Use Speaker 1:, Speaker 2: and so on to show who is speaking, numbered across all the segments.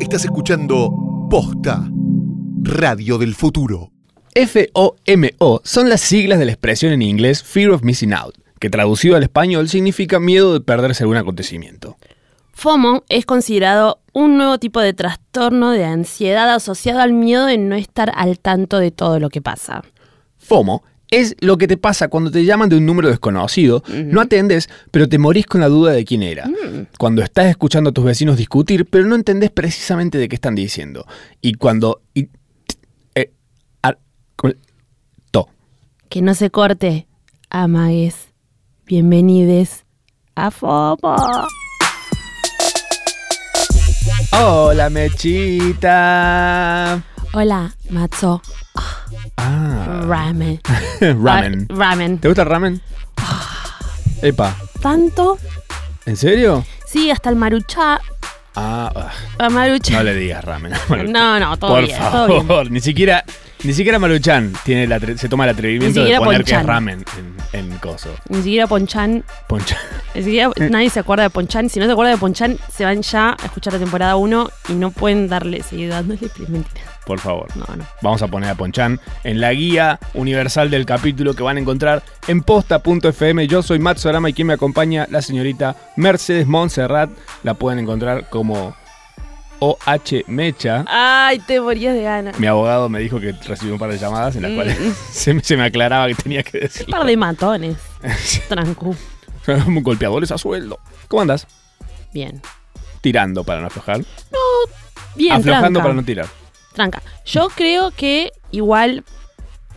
Speaker 1: Estás escuchando Posta, Radio del Futuro.
Speaker 2: FOMO son las siglas de la expresión en inglés Fear of Missing Out, que traducido al español significa miedo de perderse algún acontecimiento.
Speaker 3: FOMO es considerado un nuevo tipo de trastorno de ansiedad asociado al miedo de no estar al tanto de todo lo que pasa.
Speaker 2: FOMO es lo que te pasa cuando te llaman de un número desconocido, no atendes, pero te morís con la duda de quién era. Cuando estás escuchando a tus vecinos discutir, pero no entendés precisamente de qué están diciendo. Y cuando... y- eh, ar- ¿cómo le- to.
Speaker 3: Que no se corte. Amagues. Bienvenides a FOMO.
Speaker 2: Hola, mechita.
Speaker 3: Hola, Matzo.
Speaker 2: Ah,
Speaker 3: Ramen.
Speaker 2: ramen.
Speaker 3: Ah, ramen.
Speaker 2: ¿Te gusta el ramen? Ah. Epa,
Speaker 3: ¿Tanto?
Speaker 2: ¿en serio?
Speaker 3: Sí, hasta el maruchá.
Speaker 2: Ah, ah,
Speaker 3: A maruchá.
Speaker 2: no le digas ramen. a Maruchan.
Speaker 3: No, no, todo
Speaker 2: Por
Speaker 3: bien, todo
Speaker 2: favor, ni siquiera ni siquiera Maruchan tiene el atre- se toma el atrevimiento
Speaker 3: Ni
Speaker 2: de
Speaker 3: siquiera
Speaker 2: poner que es
Speaker 3: Ponchan.
Speaker 2: ramen en, en coso.
Speaker 3: Ni siquiera Ponchan.
Speaker 2: Ponchan.
Speaker 3: Ni siquiera
Speaker 2: Eh.
Speaker 3: nadie se acuerda de Ponchan. Si no se acuerda de Ponchan, se van ya a escuchar la temporada 1 y no pueden darle, seguir dándole play. Mentira.
Speaker 2: Por favor.
Speaker 3: No, no.
Speaker 2: Vamos a poner a Ponchan en la guía universal del capítulo que van a encontrar en posta.fm. Yo soy Matt Sorama y quien me acompaña, la señorita Mercedes Montserrat. La pueden encontrar como OH Mecha.
Speaker 3: Ay, te morías de ganas.
Speaker 2: Mi abogado me dijo que recibió un par de llamadas en las
Speaker 3: Mm.
Speaker 2: cuales se, me- se me aclaraba que tenía que
Speaker 3: Un
Speaker 2: decirlo.
Speaker 3: par de matones. Trancu.
Speaker 2: Somos golpeadores a sueldo. ¿Cómo andas?
Speaker 3: Bien.
Speaker 2: Tirando para no aflojar.
Speaker 3: Bien,
Speaker 2: Aflojando
Speaker 3: tranca.
Speaker 2: para no tirar.
Speaker 3: Tranca. Yo creo que igual.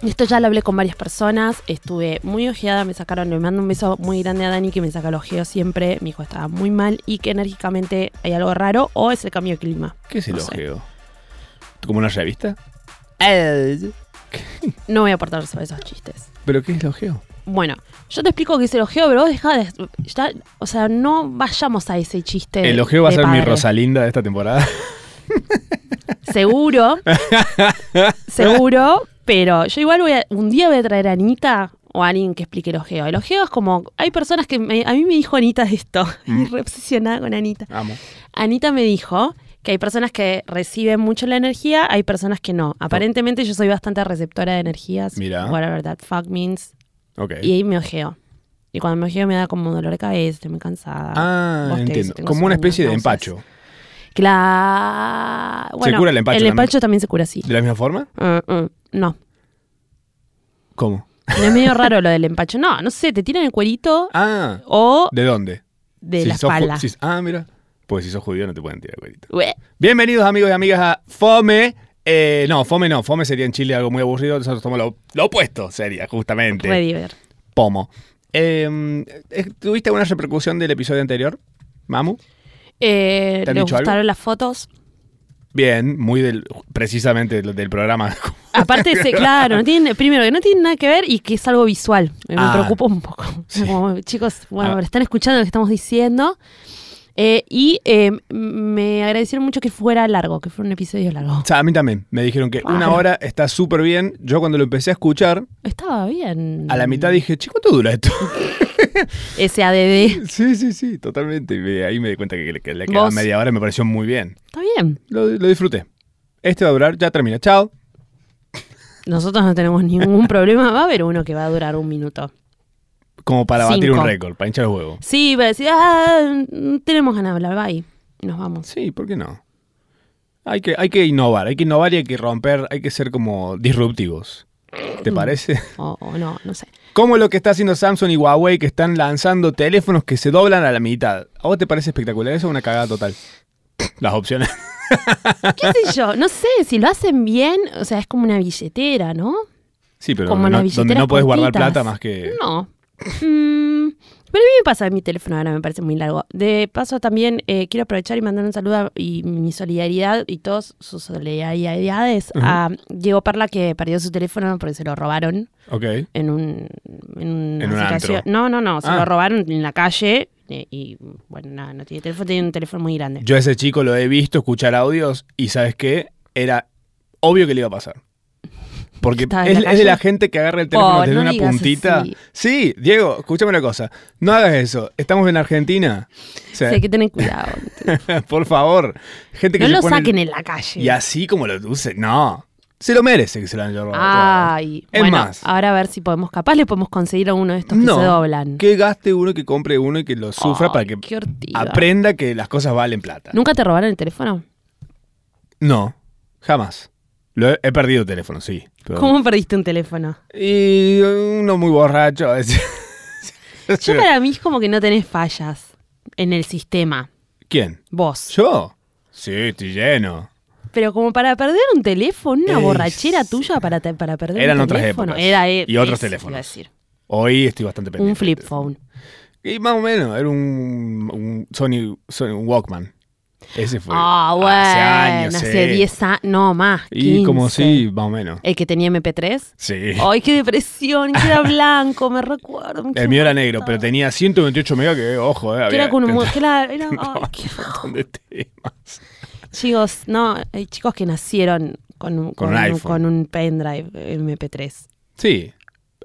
Speaker 3: Esto ya lo hablé con varias personas, estuve muy ojeada, me sacaron, le mando un beso muy grande a Dani que me saca el ojeo siempre, mi hijo estaba muy mal y que enérgicamente hay algo raro o es el cambio de clima.
Speaker 2: ¿Qué es el
Speaker 3: No sé.
Speaker 2: ojeo? ¿Como una revista?
Speaker 3: No voy a aportar sobre esos chistes.
Speaker 2: ¿Pero qué es el ojeo?
Speaker 3: Bueno, yo te explico qué es el ojeo, pero vos dejá de... ya- o sea, no vayamos a ese chiste.
Speaker 2: el ojeo va a
Speaker 3: Eh, de
Speaker 2: ser mi
Speaker 3: padre.
Speaker 2: Rosalinda de esta temporada.
Speaker 3: Seguro. seguro. Pero yo igual voy a- un día voy a traer a Anita o a alguien que explique el ojeo. El ojeo es como. Hay personas que. me- a mí me dijo Anita esto. Y
Speaker 2: Mm.
Speaker 3: re obsesionada con Anita.
Speaker 2: Amo.
Speaker 3: Anita me dijo que hay personas que reciben mucho la energía, hay personas que no. Aparentemente yo soy bastante receptora de energías.
Speaker 2: Ah. Mirá.
Speaker 3: Whatever that fuck means.
Speaker 2: Ok.
Speaker 3: Y ahí me ojeo. Y cuando me ojeo me da como dolor de cabeza, estoy muy cansada.
Speaker 2: ah,
Speaker 3: bostezo,
Speaker 2: entiendo.
Speaker 3: tengo
Speaker 2: Como una
Speaker 3: sueño,
Speaker 2: especie de
Speaker 3: náuseas.
Speaker 2: empacho.
Speaker 3: Claro.
Speaker 2: cura el empacho
Speaker 3: El
Speaker 2: también?
Speaker 3: empacho también se cura así.
Speaker 2: ¿De la misma forma?
Speaker 3: Mm, mm, no.
Speaker 2: ¿Cómo?
Speaker 3: No es medio raro lo del empacho. No, no sé, te tiran el cuerito
Speaker 2: Ah,
Speaker 3: o
Speaker 2: ¿de dónde?
Speaker 3: de
Speaker 2: Si
Speaker 3: la
Speaker 2: sos ju-
Speaker 3: espalda.
Speaker 2: si- ah, mira. Pues si sos judío no te pueden tirar, güerito.
Speaker 3: Ué.
Speaker 2: Bienvenidos amigos y amigas a Fome. Eh, no, Fome no. Fome sería en Chile algo muy aburrido. Nosotros somos lo, lo opuesto, sería justamente.
Speaker 3: Re diver.
Speaker 2: Pomo. Eh, ¿Tuviste alguna repercusión del episodio anterior, Mamu?
Speaker 3: Eh,
Speaker 2: ¿Te han
Speaker 3: ¿Le
Speaker 2: dicho
Speaker 3: gustaron las fotos?
Speaker 2: Bien, muy del, precisamente del, del programa.
Speaker 3: Aparte, se, claro, no tienen, primero que no tiene nada que ver y que es algo visual. Eh, Me
Speaker 2: Ah.
Speaker 3: preocupa un poco.
Speaker 2: Sí.
Speaker 3: Como, chicos, bueno,
Speaker 2: Ah.
Speaker 3: pero están escuchando lo que estamos diciendo. Eh, y eh, m- me agradecieron mucho que fuera largo, que fuera un episodio largo.
Speaker 2: O sea, a mí también. Me dijeron que una
Speaker 3: Claro.
Speaker 2: hora está súper bien. Yo cuando lo empecé a escuchar,
Speaker 3: Estaba bien.
Speaker 2: a la mitad dije, chico, ¿cuánto dura esto?
Speaker 3: SADD.
Speaker 2: sí, sí, sí, totalmente. Y me- ahí me di cuenta que le, que le quedaba
Speaker 3: Vos-
Speaker 2: media hora y me pareció muy bien.
Speaker 3: Está bien.
Speaker 2: Lo, lo disfruté. Este va a durar, ya termina. Chao.
Speaker 3: Nosotros no tenemos ningún problema. Va a haber uno que va a durar un minuto.
Speaker 2: Como para batir
Speaker 3: Cinco.
Speaker 2: un récord, para hinchar el huevo.
Speaker 3: Sí, va a decir, ah, no tenemos ganas de hablar, bye. Y nos vamos.
Speaker 2: Sí, ¿por qué no? Hay que, hay que innovar, hay que innovar y hay que romper, hay que ser como disruptivos.
Speaker 3: Mm.
Speaker 2: ¿Te parece?
Speaker 3: O, o no, no sé.
Speaker 2: Como lo que está haciendo Samsung y Huawei que están lanzando teléfonos que se doblan a la mitad. ¿A vos te parece espectacular? Eso es una cagada total. Las opciones.
Speaker 3: ¿Qué sé yo? No sé, si lo hacen bien, o sea, es como una billetera, ¿no?
Speaker 2: Sí, pero
Speaker 3: Como
Speaker 2: donde no,
Speaker 3: las
Speaker 2: donde no
Speaker 3: billeteras
Speaker 2: podés guardar
Speaker 3: cortitas.
Speaker 2: plata más que...
Speaker 3: No. Mm, pero a mí me pasa mi teléfono ahora, me parece muy largo. De paso también eh, quiero aprovechar y mandar un saludo a- y mi solidaridad y todas sus solidaridades a Diego Perla que perdió su teléfono porque se lo robaron.
Speaker 2: Ok.
Speaker 3: en un en una
Speaker 2: En un
Speaker 3: situación-
Speaker 2: antro.
Speaker 3: No, no, no, se
Speaker 2: Ah.
Speaker 3: lo robaron en la calle eh, y bueno, nada, no tiene teléfono, tiene un teléfono muy grande.
Speaker 2: Yo a ese chico lo he visto escuchar audios y ¿sabes qué? Era obvio que le iba a pasar. Porque
Speaker 3: Está Ah,
Speaker 2: es,
Speaker 3: en la
Speaker 2: es
Speaker 3: calle.
Speaker 2: de la gente que agarra el teléfono
Speaker 3: Por,
Speaker 2: desde
Speaker 3: no
Speaker 2: una
Speaker 3: digas
Speaker 2: puntita.
Speaker 3: así.
Speaker 2: Sí, Diego, escúchame una cosa. No hagas eso. Estamos en Argentina. O sea,
Speaker 3: Sí, hay que tener cuidado.
Speaker 2: por favor. Gente ¿eh? que
Speaker 3: No
Speaker 2: se
Speaker 3: lo
Speaker 2: pone-
Speaker 3: saquen en la calle.
Speaker 2: Y así como lo dulce, no. Se lo merece que se lo han robado.
Speaker 3: Ay,
Speaker 2: Es
Speaker 3: bueno,
Speaker 2: más.
Speaker 3: ahora a ver si podemos, capaz le podemos conseguir a uno de estos que
Speaker 2: No.
Speaker 3: se doblan.
Speaker 2: Que gaste uno, que compre uno y que lo sufra
Speaker 3: Ay,
Speaker 2: para que
Speaker 3: qué ortiga.
Speaker 2: aprenda que las cosas valen plata.
Speaker 3: ¿Nunca te robaron el teléfono?
Speaker 2: No, jamás. Lo he, he perdido el teléfono, sí. pero-
Speaker 3: ¿Cómo perdiste un teléfono?
Speaker 2: Y uno muy borracho. a veces.
Speaker 3: Yo para mí es como que no tenés fallas en el sistema,
Speaker 2: ¿Quién?
Speaker 3: vos.
Speaker 2: ¿Yo? Sí, estoy lleno.
Speaker 3: Pero como para perder un teléfono, una
Speaker 2: Es-
Speaker 3: borrachera tuya para, te- para perder
Speaker 2: Eran
Speaker 3: un
Speaker 2: otras
Speaker 3: teléfono.
Speaker 2: épocas.
Speaker 3: Era e-
Speaker 2: Y otros
Speaker 3: eso te iba a
Speaker 2: teléfonos.
Speaker 3: decir.
Speaker 2: Hoy estoy bastante pendiente.
Speaker 3: Un flip phone.
Speaker 2: Y más o menos, era un, un Sony, Sony- un Walkman. Ese fue.
Speaker 3: Ah, bueno,
Speaker 2: hace años,
Speaker 3: hace
Speaker 2: sí.
Speaker 3: 10 años, no más.
Speaker 2: Y como
Speaker 3: 15.
Speaker 2: sí, más o menos.
Speaker 3: El que tenía MP3.
Speaker 2: Sí.
Speaker 3: Ay, qué depresión, que era blanco, me recuerdo. me
Speaker 2: El mío era negro, pero tenía 128 mega que, ojo, eh,
Speaker 3: Que
Speaker 2: había
Speaker 3: era con humor, que era- era-
Speaker 2: tentaba
Speaker 3: ay, qué-
Speaker 2: un montón de temas.
Speaker 3: Chicos, no, hay chicos que nacieron con un,
Speaker 2: Con
Speaker 3: con
Speaker 2: un
Speaker 3: un-
Speaker 2: iPhone.
Speaker 3: con un pendrive eh, MP3.
Speaker 2: Sí,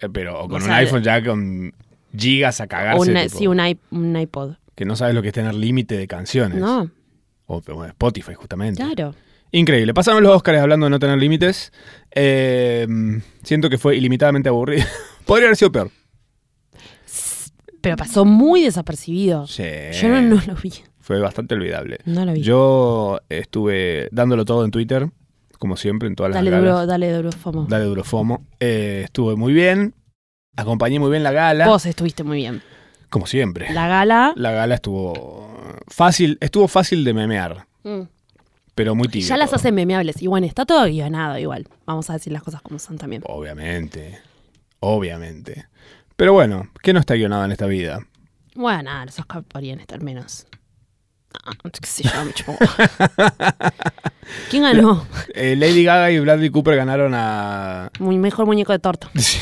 Speaker 2: eh, pero o con
Speaker 3: O
Speaker 2: un
Speaker 3: sea,
Speaker 2: iPhone ya con gigas a cagarse.
Speaker 3: Una-
Speaker 2: tipo,
Speaker 3: sí, un, i- un iPod.
Speaker 2: Que no sabes lo que es tener límite de canciones.
Speaker 3: No,
Speaker 2: O bueno, Spotify, justamente.
Speaker 3: claro.
Speaker 2: Increíble. Pasaron los Oscars hablando de no tener límites. Eh, siento que fue ilimitadamente aburrido. Podría haber sido peor.
Speaker 3: Pero pasó muy desapercibido.
Speaker 2: Sí.
Speaker 3: Yo no, no lo vi.
Speaker 2: Fue bastante olvidable.
Speaker 3: No lo vi.
Speaker 2: Eh. Yo estuve dándolo todo en Twitter, como siempre, en todas las
Speaker 3: dale
Speaker 2: galas.
Speaker 3: duro, dale duro, Fomo.
Speaker 2: Dale duro FOMO. Eh, estuve muy bien. Acompañé muy bien la gala.
Speaker 3: Vos estuviste muy bien.
Speaker 2: Como siempre. La...
Speaker 3: La gala.
Speaker 2: gala estuvo fácil. Estuvo fácil de memear,
Speaker 3: mm,
Speaker 2: pero muy tibio.
Speaker 3: Ya las
Speaker 2: todo.
Speaker 3: hacen memeables. Y bueno, está todo guionado igual. Vamos a decir las cosas como son también.
Speaker 2: Obviamente. Obviamente. Pero bueno, ¿qué no está guionado en esta vida?
Speaker 3: Bueno, nada, los Oscar podrían estar menos. Ah, qué sé yo, me chupo. ¿Quién ganó?
Speaker 2: Eh, Lady Gaga y Bradley Cooper ganaron a.
Speaker 3: Muy mejor muñeco de torta.
Speaker 2: Sí.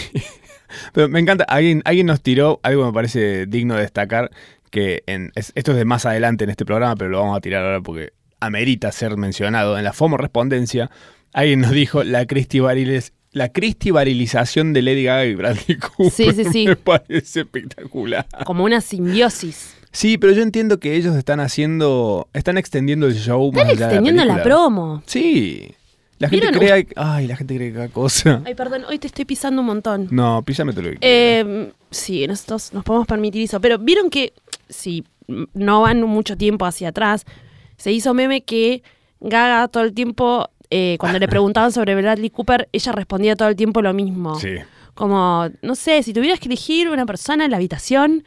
Speaker 2: Pero me encanta. Alguien, alguien nos tiró algo que me parece digno de destacar. Que en, es- esto es de más adelante en este programa, pero lo vamos a tirar ahora porque amerita ser mencionado. En la FOMO Respondencia, alguien nos dijo la cristibarilización La cristibarilización de Lady Gaga y Bradley Cooper
Speaker 3: Sí, sí, sí.
Speaker 2: me parece espectacular.
Speaker 3: Como una simbiosis.
Speaker 2: Sí, pero yo entiendo que ellos están haciendo, están extendiendo el show
Speaker 3: Están
Speaker 2: más allá de
Speaker 3: extendiendo la,
Speaker 2: película.
Speaker 3: promo.
Speaker 2: Sí. La gente
Speaker 3: ¿Vieron?
Speaker 2: cree, ay, la gente cree cada cosa.
Speaker 3: Ay, perdón, hoy te estoy pisando un montón.
Speaker 2: No, písame todo lo que quieras.
Speaker 3: Eh, sí, nosotros nos podemos permitir eso. Pero vieron que, si no van mucho tiempo hacia atrás, se hizo meme que Gaga todo el tiempo, eh, cuando le preguntaban sobre Bradley Cooper, ella respondía todo el tiempo lo mismo.
Speaker 2: Sí.
Speaker 3: Como, no sé, si tuvieras que elegir una persona en la habitación.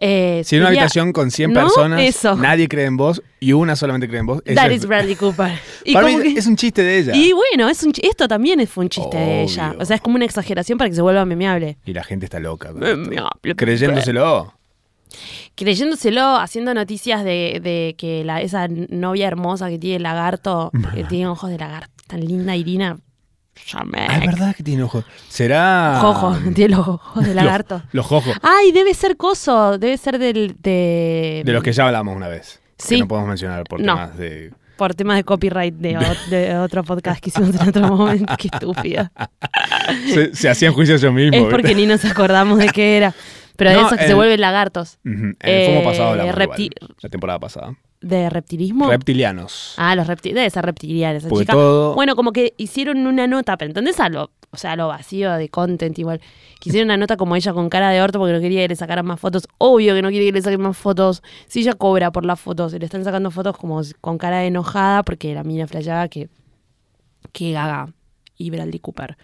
Speaker 3: eh,
Speaker 2: Si en una
Speaker 3: sería-
Speaker 2: habitación con 100
Speaker 3: ¿No?
Speaker 2: personas,
Speaker 3: Eso.
Speaker 2: nadie cree en vos y una solamente cree en vos. eso
Speaker 3: That
Speaker 2: es-
Speaker 3: is Bradley Cooper. Y
Speaker 2: para
Speaker 3: como
Speaker 2: mí
Speaker 3: que-
Speaker 2: es un chiste de ella.
Speaker 3: Y bueno, es un chi- esto también fue un chiste de ella.
Speaker 2: Obvio.
Speaker 3: O sea, es como una exageración para que se vuelva memeable.
Speaker 2: Y la gente está loca. con esto.
Speaker 3: Memeable.
Speaker 2: Creyéndoselo.
Speaker 3: Creyéndoselo, haciendo noticias de, de que la, esa novia hermosa que tiene el lagarto, que tiene ojos de lagarto, tan linda Irina. Llamé.
Speaker 2: Ah, es verdad que tiene ojos. Será.
Speaker 3: Eh. Jojo, tiene los ojos de
Speaker 2: Los-
Speaker 3: lagarto. Ah,
Speaker 2: Los, ojos.
Speaker 3: Ay, debe ser coso, debe ser del, de,
Speaker 2: De los que ya hablamos una vez. Que
Speaker 3: eh, Sí.
Speaker 2: no podemos mencionar por
Speaker 3: No.
Speaker 2: temas de.
Speaker 3: por temas de copyright de, o- de otro podcast que hicimos en otro momento. Qué estúpida.
Speaker 2: Se, se hacían juicios yo mismo.
Speaker 3: Es
Speaker 2: ¿viste?
Speaker 3: porque ni nos acordamos de qué era. Pero de
Speaker 2: No, eh,
Speaker 3: esos que
Speaker 2: el-
Speaker 3: se vuelven lagartos.
Speaker 2: Ujú, En el FOMO
Speaker 3: Eh,
Speaker 2: pasado hablamos
Speaker 3: repti-
Speaker 2: igual, la temporada pasada.
Speaker 3: ¿De reptilismo?
Speaker 2: Reptilianos.
Speaker 3: ah, los reptiles. Debe ser reptiliana esa
Speaker 2: Porque
Speaker 3: chica.
Speaker 2: todo-
Speaker 3: Bueno, como que hicieron una nota, pero ¿entendés? A lo, o sea, a lo vacío de content igual. Que hicieron una nota como ella con cara de orto porque no quería que le sacaran más fotos. Obvio que no quiere que le saquen más fotos. Si ella cobra por las fotos y le están sacando fotos como con cara de enojada porque la mina flasheaba que, que Gaga y Bradley Cooper.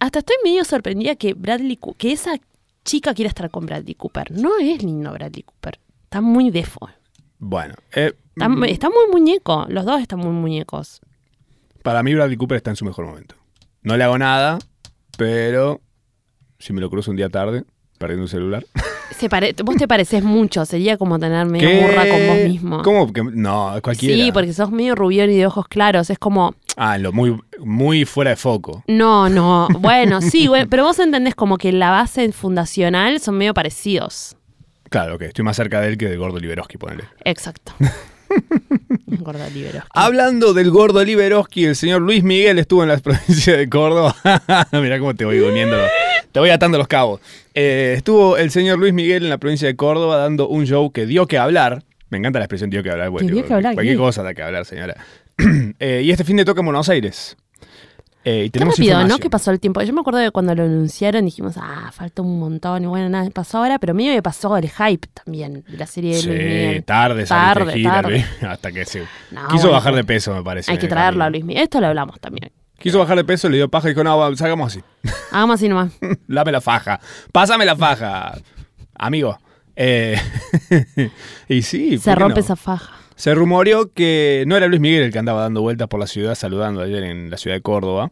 Speaker 3: Hasta estoy medio sorprendida que Bradley Cu- que esa chica quiera estar con Bradley Cooper. No es lindo Bradley Cooper. Está muy defo.
Speaker 2: Bueno, eh,
Speaker 3: Está, está muy muñeco. Los dos están muy muñecos.
Speaker 2: para mí Bradley Cooper está en su mejor momento. No le hago nada, pero si me lo cruzo un día tarde, perdiendo un celular.
Speaker 3: Se pare- vos te pareces mucho. Sería como tener medio
Speaker 2: ¿Qué?
Speaker 3: burra con vos mismo.
Speaker 2: ¿Cómo? que- No, cualquiera.
Speaker 3: Sí, porque sos medio rubión y de ojos claros. Es como,
Speaker 2: Ah, lo muy, muy fuera de foco.
Speaker 3: no, no. Bueno, sí, bueno, pero vos entendés como que la base fundacional son medio parecidos.
Speaker 2: Claro, que estoy más cerca de él que de Gordo Liberoski, ponele.
Speaker 3: Exacto. Gordo Liberos.
Speaker 2: Hablando del gordo Liberoski, el señor Luis Miguel estuvo en la provincia de Córdoba. Mirá cómo te voy uniendo. los- Te voy atando los cabos. Eh, estuvo el señor Luis Miguel en la provincia de Córdoba dando un show que dio que hablar. Me encanta la expresión dio que hablar. Bueno,
Speaker 3: Que dio
Speaker 2: digo,
Speaker 3: que hablar,
Speaker 2: cualquier
Speaker 3: sí.
Speaker 2: cosa da que hablar, señora. Eh, y este fin de toca en Buenos Aires. Eh, y
Speaker 3: Qué
Speaker 2: tenemos
Speaker 3: rápido, ¿no?
Speaker 2: información.
Speaker 3: Que pasó el tiempo. Yo me acuerdo de cuando lo anunciaron dijimos, ah, falta un montón y bueno, nada, pasó ahora, pero medio me pasó el hype también de la serie de Luis
Speaker 2: Sí,
Speaker 3: Miguel.
Speaker 2: tarde, tarde,
Speaker 3: Tarde, tarde.
Speaker 2: hasta que se
Speaker 3: No,
Speaker 2: quiso
Speaker 3: bueno,
Speaker 2: bajar de peso, me parece.
Speaker 3: Hay
Speaker 2: en
Speaker 3: que
Speaker 2: el
Speaker 3: traerlo
Speaker 2: camino.
Speaker 3: a Luis Miguel. Esto lo hablamos también.
Speaker 2: Quiso bajar de peso, le dio paja y dijo, no, va, salgamos así.
Speaker 3: Hagamos así nomás.
Speaker 2: Dame la faja. Pásame la faja. Amigo. Eh, y sí. ¿por
Speaker 3: Se
Speaker 2: qué
Speaker 3: rompe
Speaker 2: no?
Speaker 3: esa faja.
Speaker 2: Se rumoreó que no era Luis Miguel el que andaba dando vueltas por la ciudad saludando ayer en la ciudad de Córdoba.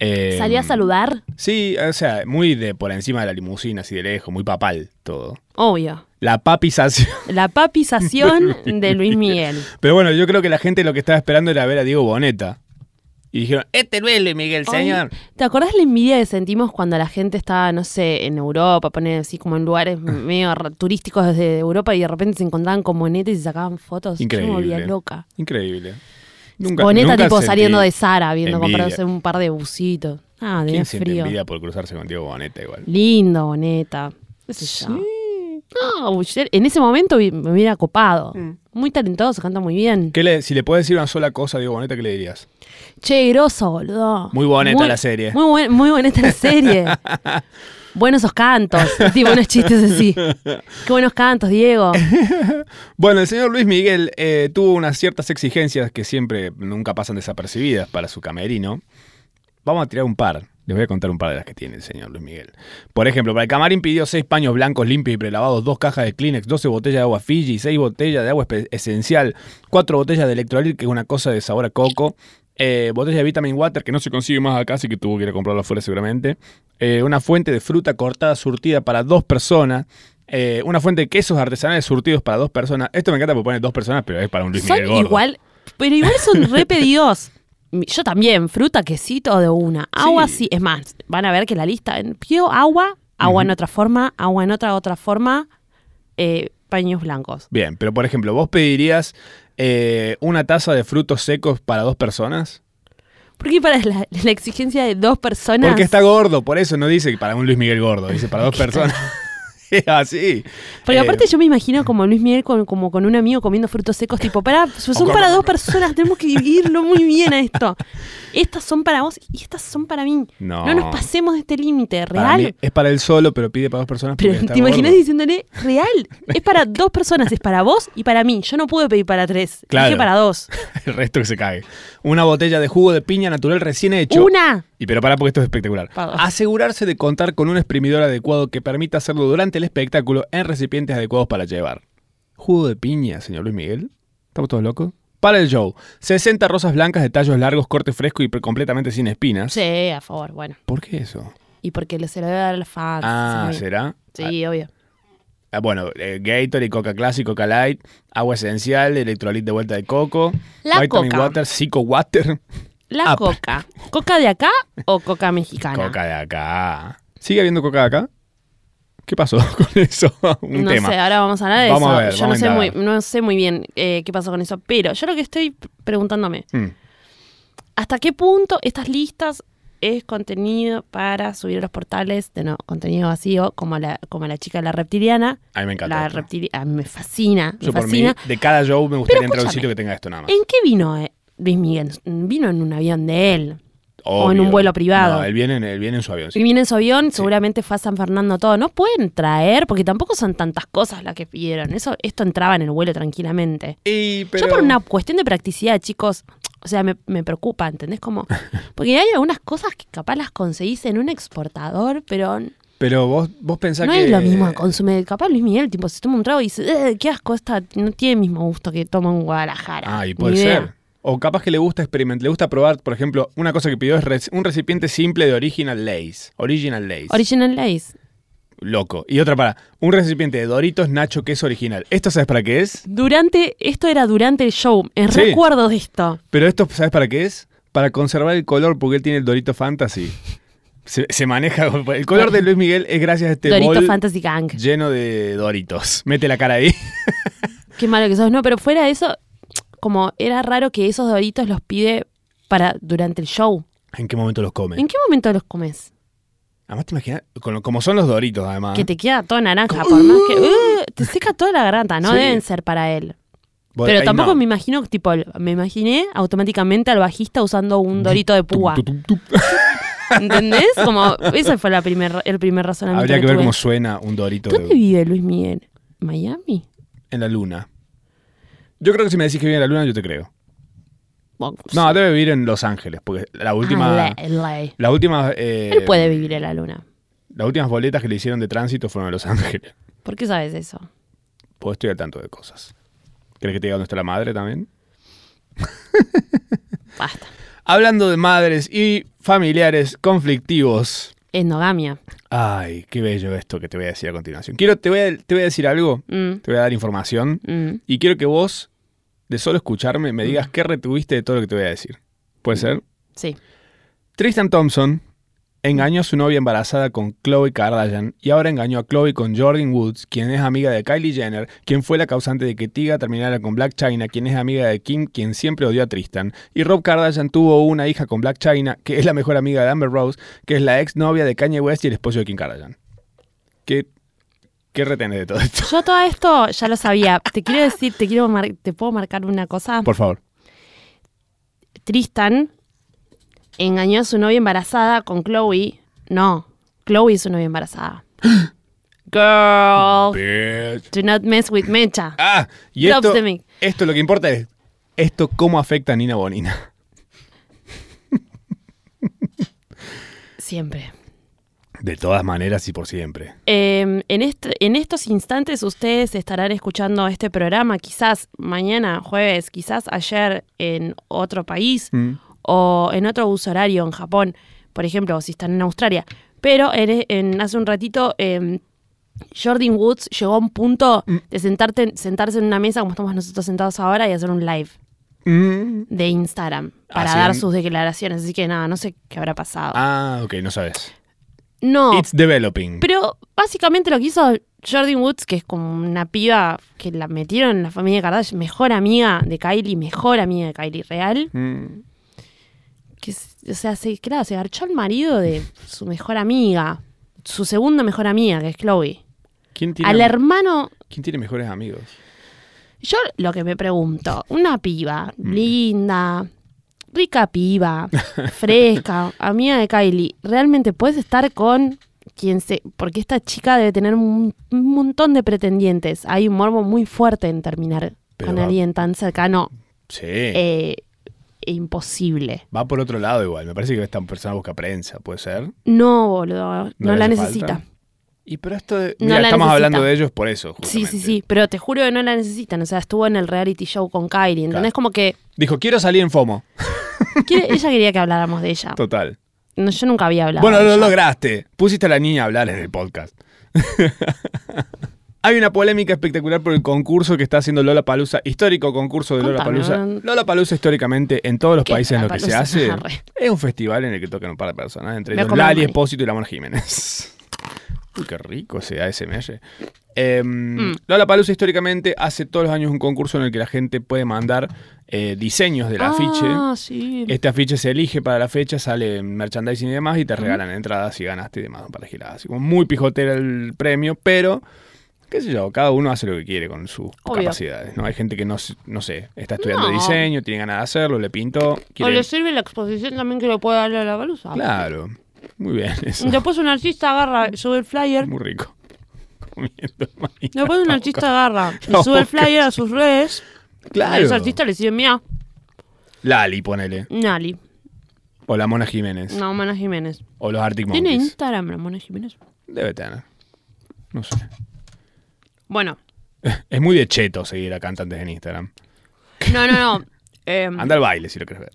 Speaker 2: Eh,
Speaker 3: ¿Salía a saludar?
Speaker 2: Sí, o sea, muy de por encima de la limusina, así de lejos, muy papal todo.
Speaker 3: Obvio.
Speaker 2: La papización.
Speaker 3: La papización de Luis Miguel.
Speaker 2: Pero bueno, yo creo que la gente lo que estaba esperando era ver a Diego Boneta. Y dijeron, este no es Luis Miguel, señor.
Speaker 3: Ay, ¿Te acordás la envidia que sentimos cuando la gente estaba, no sé, en Europa, poner así como en lugares medio r- turísticos desde Europa y de repente se encontraban con Boneta y se sacaban fotos? Yo me volvía
Speaker 2: Increíble.
Speaker 3: loca.
Speaker 2: Increíble. Nunca,
Speaker 3: Boneta
Speaker 2: nunca
Speaker 3: tipo
Speaker 2: sentí-
Speaker 3: saliendo de Sara, viendo
Speaker 2: envidia.
Speaker 3: comprarse un par de busitos. Ah, de
Speaker 2: ¿Quién siente
Speaker 3: frío.
Speaker 2: envidia por cruzarse con Diego Boneta igual?
Speaker 3: Lindo, Boneta. ¿Qué sé yo? No, Buller- en ese momento vi- me hubiera copado. Muy talentoso, canta muy bien.
Speaker 2: ¿Qué le- si le puedes decir una sola cosa a Diego Boneta, ¿qué le dirías?
Speaker 3: Che, groso, boludo.
Speaker 2: Muy boneta la serie.
Speaker 3: Muy, buen- muy bonita la serie. buenos esos cantos. Sí, buenos chistes así. Qué buenos cantos, Diego.
Speaker 2: Bueno, el señor Luis Miguel eh, tuvo unas ciertas exigencias que siempre nunca pasan desapercibidas para su camerino. Vamos a tirar un par. Les voy a contar un par de las que tiene el señor Luis Miguel. Por ejemplo, para el camarín pidió seis paños blancos limpios y prelavados, dos cajas de Kleenex, 12 botellas de agua Fiji, seis botellas de agua espe- esencial, cuatro botellas de Electrolit, que es una cosa de sabor a coco, eh, botella de Vitamin Water, que no se consigue más acá, así que tuvo que ir a comprarla afuera seguramente, eh, una fuente de fruta cortada surtida para dos personas, eh, una fuente de quesos artesanales surtidos para dos personas. Esto me encanta porque pone dos personas, pero es para un Luis
Speaker 3: Son
Speaker 2: Miguel gordo.
Speaker 3: igual, pero igual son re pedidos. Mi- Yo también, fruta, quesito de una. Agua
Speaker 2: Sí.
Speaker 3: sí. es más, van a ver que la lista, en- pido agua, agua en otra forma, agua en otra otra forma, eh, paños blancos.
Speaker 2: Bien, pero por ejemplo, ¿vos pedirías eh, una taza de frutos secos para dos personas?
Speaker 3: ¿Por qué para la, la exigencia de dos personas?
Speaker 2: Porque está gordo, por eso no dice que para un Luis Miguel gordo, dice para dos personas. Es así.
Speaker 3: Porque
Speaker 2: Eh,
Speaker 3: aparte yo me imagino como Luis Miguel con, como con un amigo comiendo frutos secos, tipo, para, son para dos personas, tenemos que vivirlo muy bien a esto. Estas son para vos y estas son para mí.
Speaker 2: No.
Speaker 3: nos pasemos de este límite,
Speaker 2: para
Speaker 3: real.
Speaker 2: mí es para él solo, pero pide para dos personas.
Speaker 3: Pero
Speaker 2: porque está
Speaker 3: te imaginas
Speaker 2: gordo.
Speaker 3: diciéndole, real, es para dos personas, es para vos y para mí. Yo no pude pedir para tres,
Speaker 2: Claro.
Speaker 3: dije para dos.
Speaker 2: El resto que se cae. Una botella de jugo de piña natural recién hecho.
Speaker 3: Una.
Speaker 2: Y pero para porque esto es espectacular.
Speaker 3: Perdón.
Speaker 2: Asegurarse de contar con un exprimidor adecuado que permita hacerlo durante el espectáculo en recipientes adecuados para llevar. Jugo de piña, señor Luis Miguel. ¿Estamos todos locos? Para el show, 60 rosas blancas de tallos largos, corte fresco y pre- completamente sin espinas.
Speaker 3: Sí, a favor, bueno.
Speaker 2: ¿Por qué eso?
Speaker 3: Y porque le- se lo debe dar al fan.
Speaker 2: Ah, ¿será?
Speaker 3: Sí, obvio.
Speaker 2: Ah, Bueno, eh, Gatorade, Coca Classic, Coca Light, agua esencial, electrolit de vuelta de coco,
Speaker 3: La
Speaker 2: Vitamin
Speaker 3: Coca.
Speaker 2: Water, Zico Water,
Speaker 3: La
Speaker 2: Ah, pa-
Speaker 3: coca. ¿Coca de acá o coca mexicana?
Speaker 2: Coca de acá. ¿Sigue habiendo Coca de acá? ¿Qué pasó con eso? Un
Speaker 3: no
Speaker 2: tema.
Speaker 3: sé, ahora vamos a hablar de
Speaker 2: Vamos
Speaker 3: eso.
Speaker 2: a ver,
Speaker 3: yo no
Speaker 2: vamos a
Speaker 3: sé, muy,
Speaker 2: indagar.
Speaker 3: no sé muy bien eh, qué pasó con eso, pero yo lo que estoy preguntándome,
Speaker 2: Mm.
Speaker 3: ¿hasta qué punto estas listas es contenido para subir a los portales de no, contenido vacío, como la, como la chica de la reptiliana?
Speaker 2: A mí me encanta.
Speaker 3: La
Speaker 2: esto.
Speaker 3: reptiliana, me fascina, me
Speaker 2: Yo por mí,
Speaker 3: fascina.
Speaker 2: de cada show me gustaría
Speaker 3: Pero
Speaker 2: entrar a un
Speaker 3: escúchame.
Speaker 2: sitio que tenga esto nada más.
Speaker 3: ¿En qué vino eh, Luis Miguel? ¿Vino en un avión de él? o en
Speaker 2: Obvio.
Speaker 3: un vuelo privado?
Speaker 2: No, él viene, en- él viene en su avión.
Speaker 3: Y
Speaker 2: sí.
Speaker 3: viene en su avión, seguramente fue a San Fernando todo. No pueden traer, porque tampoco son tantas cosas las que pidieron. Eso, esto entraba en el vuelo tranquilamente.
Speaker 2: Y, pero-
Speaker 3: Yo por una cuestión de practicidad, chicos, o sea, me, me preocupa, ¿entendés? Como, porque hay algunas cosas que capaz las conseguís en un exportador, pero n-
Speaker 2: Pero vos, vos pensás
Speaker 3: no
Speaker 2: que...
Speaker 3: es lo mismo que consume. Capaz Luis Miguel, tipo, se toma un trago y dice, "Eh, qué asco, esta no tiene el mismo gusto que toma en Guadalajara.
Speaker 2: Ah, y
Speaker 3: Ni
Speaker 2: puede
Speaker 3: idea.
Speaker 2: ser. O capaz que le gusta experimentar, le gusta probar, por ejemplo, una cosa que pidió es rec- un recipiente simple de Original Lays. Original Lays.
Speaker 3: Original Lays.
Speaker 2: Loco. Y otra para, un recipiente de Doritos Nacho que es original. ¿Esto sabes para qué es?
Speaker 3: Durante, esto era durante el show, en
Speaker 2: Sí.
Speaker 3: recuerdo de esto.
Speaker 2: Pero esto sabes para qué es? Para conservar el color, porque él tiene el Dorito Fantasy. Se, se maneja. El color de Luis Miguel es gracias a este
Speaker 3: Dorito
Speaker 2: bol
Speaker 3: Fantasy Gang.
Speaker 2: lleno de Doritos. Mete la cara ahí.
Speaker 3: Qué malo que sos, no, pero fuera de eso, como era raro que esos doritos los pide para durante el show.
Speaker 2: ¿En qué momento los comen?
Speaker 3: ¿En qué momento los comes?
Speaker 2: Además, te imaginas, con lo- como son los doritos, además.
Speaker 3: Que te queda todo naranja, por más que. ¡Uh! te seca toda la garganta, no
Speaker 2: Sí.
Speaker 3: deben ser para él.
Speaker 2: Bueno,
Speaker 3: Pero
Speaker 2: ahí
Speaker 3: tampoco
Speaker 2: no.
Speaker 3: me imagino, tipo, el- me imaginé automáticamente al bajista usando un dorito de púa.
Speaker 2: Tup, tup, tup.
Speaker 3: ¿Entendés? Como, ese fue la primer, el primer razonamiento.
Speaker 2: Habría que ver
Speaker 3: tuve.
Speaker 2: cómo suena un dorito
Speaker 3: ¿Dónde
Speaker 2: de-
Speaker 3: vive Luis Miguel? ¿Miami?
Speaker 2: en la luna. Yo creo que si me decís que vive en la luna, yo te creo.
Speaker 3: Bueno,
Speaker 2: No, debe vivir en Los Ángeles, porque la última...
Speaker 3: Ah, la- la-
Speaker 2: Las últimas, eh,
Speaker 3: Él puede vivir en la luna.
Speaker 2: las últimas boletas que le hicieron de tránsito fueron a Los Ángeles.
Speaker 3: ¿Por qué sabes eso?
Speaker 2: Pues estoy al tanto de cosas. ¿Crees que te diga dónde está la madre también?
Speaker 3: Basta.
Speaker 2: Hablando de madres y familiares conflictivos.
Speaker 3: Endogamia.
Speaker 2: Ay, qué bello esto que te voy a decir a continuación. Quiero, te voy a, te voy a decir algo,
Speaker 3: Mm,
Speaker 2: te voy a dar información
Speaker 3: mm.
Speaker 2: y quiero que vos, de solo escucharme, me digas qué retuviste de todo lo que te voy a decir. ¿Puede ser?
Speaker 3: Sí.
Speaker 2: Tristan Thompson engañó a su novia embarazada con Chloe Kardashian y ahora engañó a Chloe con Jordan Woods, quien es amiga de Kylie Jenner, quien fue la causante de que Tiga terminara con Black China, quien es amiga de Kim, quien siempre odió a Tristan. Y Rob Kardashian tuvo una hija con Black China, que es la mejor amiga de Amber Rose, que es la ex novia de Kanye West y el esposo de Kim Kardashian. ¿Qué, qué retenes de todo esto?
Speaker 3: Yo todo esto ya lo sabía. Te quiero decir, te quiero mar- te puedo marcar una cosa.
Speaker 2: Por favor.
Speaker 3: Tristan engañó a su novia embarazada con Chloe. No, Chloe es su novia embarazada. Girl,
Speaker 2: Bitch.
Speaker 3: do not mess with Mecha.
Speaker 2: Ah, y
Speaker 3: Drops
Speaker 2: esto,
Speaker 3: de mic.
Speaker 2: esto lo que importa es esto cómo afecta a Nina Bonina.
Speaker 3: Siempre.
Speaker 2: De todas maneras y por siempre.
Speaker 3: Eh, en, est- en estos instantes ustedes estarán escuchando este programa, quizás mañana, jueves, quizás ayer en otro país
Speaker 2: Mm.
Speaker 3: o en otro uso horario en Japón, por ejemplo, o si están en Australia. Pero en- en- hace un ratito eh, Jordan Woods llegó a un punto
Speaker 2: Mm.
Speaker 3: de sentarte, sentarse en una mesa como estamos nosotros sentados ahora y hacer un live
Speaker 2: Mm.
Speaker 3: de Instagram para
Speaker 2: Así
Speaker 3: dar
Speaker 2: en-
Speaker 3: sus declaraciones. Así que nada, no sé qué habrá pasado.
Speaker 2: Ah, ok, no sabes.
Speaker 3: no,
Speaker 2: It's developing.
Speaker 3: Oh. Pero básicamente lo que hizo Jordan Woods, que es como una piba que la metieron en la familia de Kardashian, mejor amiga de Kylie, mejor amiga de Kylie real.
Speaker 2: Mm.
Speaker 3: Que, es- o sea, se, claro, se garchó al marido de su mejor amiga, su segunda mejor amiga, que es Chloe.
Speaker 2: ¿Quién, tiene,
Speaker 3: Al hermano,
Speaker 2: quién tiene mejores amigos?
Speaker 3: yo lo que me pregunto, una piba
Speaker 2: Mm.
Speaker 3: linda, rica piba, fresca, amiga de Kylie, ¿realmente puedes estar con quien se... Porque esta chica debe tener un, un montón de pretendientes. Hay un morbo muy fuerte en terminar
Speaker 2: Pero
Speaker 3: con
Speaker 2: va-
Speaker 3: alguien tan cercano.
Speaker 2: Sí.
Speaker 3: eh, e imposible.
Speaker 2: Va por otro lado igual. Me parece que esta persona busca prensa, ¿puede ser?
Speaker 3: No, boludo, no,
Speaker 2: le
Speaker 3: la
Speaker 2: hace
Speaker 3: necesita.
Speaker 2: falta? Y pero esto de...
Speaker 3: No
Speaker 2: Mira,
Speaker 3: la
Speaker 2: estamos
Speaker 3: necesita.
Speaker 2: hablando de ellos por eso.
Speaker 3: Sí, sí,
Speaker 2: justamente.
Speaker 3: sí, pero te juro que no la necesitan. O sea, estuvo en el reality show con Kylie.
Speaker 2: Claro.
Speaker 3: ¿Entendés? Como que
Speaker 2: Dijo, quiero salir en FOMO.
Speaker 3: quiere- ella quería que habláramos de ella.
Speaker 2: Total.
Speaker 3: No, yo nunca había hablado.
Speaker 2: Bueno,
Speaker 3: de
Speaker 2: lo
Speaker 3: ella.
Speaker 2: lograste. Pusiste a la niña a hablar en el podcast. Hay una polémica espectacular por el concurso que está haciendo Lola Palusa, histórico concurso de Lola
Speaker 3: Contame,
Speaker 2: Palusa.
Speaker 3: ¿no?
Speaker 2: Lola Palusa históricamente en todos los
Speaker 3: ¿Qué
Speaker 2: países en los que se hace
Speaker 3: Lollapalooza? Arre.
Speaker 2: es un festival en el que tocan un par de personas, entre
Speaker 3: Me
Speaker 2: ellos
Speaker 3: comen
Speaker 2: Lali
Speaker 3: maní.
Speaker 2: Espósito y la Mona Jiménez. Uy, qué rico ese ASMR. Eh,
Speaker 3: Mm.
Speaker 2: Lola Palusa históricamente hace todos los años un concurso en el que la gente puede mandar eh, diseños del afiche.
Speaker 3: Ah, sí.
Speaker 2: Este afiche se elige para la fecha, sale en merchandising y demás, y te regalan entradas y ganaste y demás para las giladas. Así como muy pijotera el premio, pero qué sé yo, cada uno hace lo que quiere con sus
Speaker 3: Obvio.
Speaker 2: capacidades. ¿no? Hay gente que no, s- no sé, está estudiando
Speaker 3: No.
Speaker 2: diseño, tiene ganas de hacerlo, le pintó.
Speaker 3: O
Speaker 2: quiere-
Speaker 3: le sirve la exposición también que le puede darle a la balusa.
Speaker 2: Claro, muy bien, eso.
Speaker 3: Después un artista agarra, sube el flyer.
Speaker 2: Muy rico. Comiendo maní.
Speaker 3: Después un artista agarra,
Speaker 2: No,
Speaker 3: y sube el
Speaker 2: que-
Speaker 3: flyer a sus redes. A
Speaker 2: Claro.
Speaker 3: los artistas le sirven, mira,
Speaker 2: Lali, ponele.
Speaker 3: Nali,
Speaker 2: O la Mona Jiménez.
Speaker 3: no, Mona Jiménez.
Speaker 2: O los Arctic
Speaker 3: ¿Tiene
Speaker 2: Monkeys.
Speaker 3: Instagram la Mona Jiménez?
Speaker 2: Debe tener. No sé.
Speaker 3: Bueno,
Speaker 2: Es muy de cheto seguir a cantantes en Instagram.
Speaker 3: no, no, no. Em,
Speaker 2: Anda al baile si lo querés ver.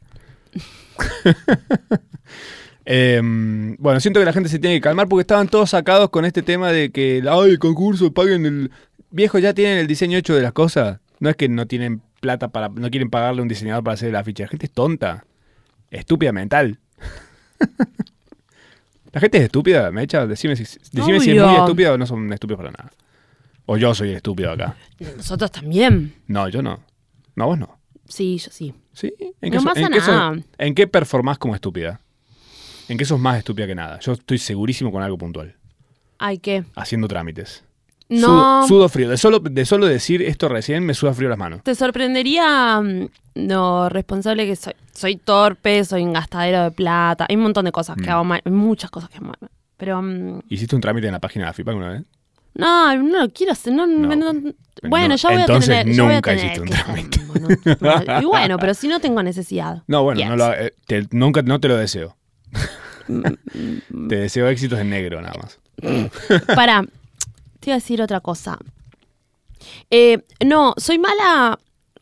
Speaker 2: Em, bueno, siento que la gente se tiene que calmar porque estaban todos sacados con este tema de que, ay, el concurso, paguen el... Viejo, ya tienen el diseño hecho de las cosas. No es que no tienen plata para... No quieren pagarle a un diseñador para hacer la ficha. La gente es tonta. Estúpida mental. la gente es estúpida, me echa. Decime, si, decime si es
Speaker 3: Obvio.
Speaker 2: muy estúpida o no son estúpidos para nada. O yo soy el estúpido acá.
Speaker 3: Nosotros también.
Speaker 2: No, yo no. No, vos no.
Speaker 3: Sí, yo sí.
Speaker 2: ¿Sí? ¿En
Speaker 3: No
Speaker 2: so-
Speaker 3: pasa
Speaker 2: en qué so-
Speaker 3: nada.
Speaker 2: ¿En qué performás como estúpida? ¿En qué sos más estúpida que nada? Yo estoy segurísimo con algo puntual.
Speaker 3: Ay, ¿qué?
Speaker 2: Haciendo trámites. Sudo,
Speaker 3: No.
Speaker 2: sudo frío. De solo, de solo decir esto recién me suda frío las manos.
Speaker 3: Te sorprendería mm, lo responsable que soy. Soy torpe, soy un gastadero de plata. Hay un montón de cosas que
Speaker 2: Mm.
Speaker 3: hago mal. hay Muchas cosas que hago mal. Pero mm,
Speaker 2: ¿Hiciste un trámite en la página de la FIPA alguna vez?
Speaker 3: no, no lo quiero hacer. No,
Speaker 2: No.
Speaker 3: no- bueno,
Speaker 2: No.
Speaker 3: ya voy
Speaker 2: Entonces
Speaker 3: a tener. ya voy a
Speaker 2: nunca
Speaker 3: tener
Speaker 2: hiciste un
Speaker 3: que- bueno, y bueno, pero si no tengo necesidad.
Speaker 2: No, bueno,
Speaker 3: Yes. Mm,
Speaker 2: no lo, eh, te- nunca no te lo deseo. te deseo éxitos en negro nada más.
Speaker 3: Para, te iba a decir otra cosa. Eh, no, soy mala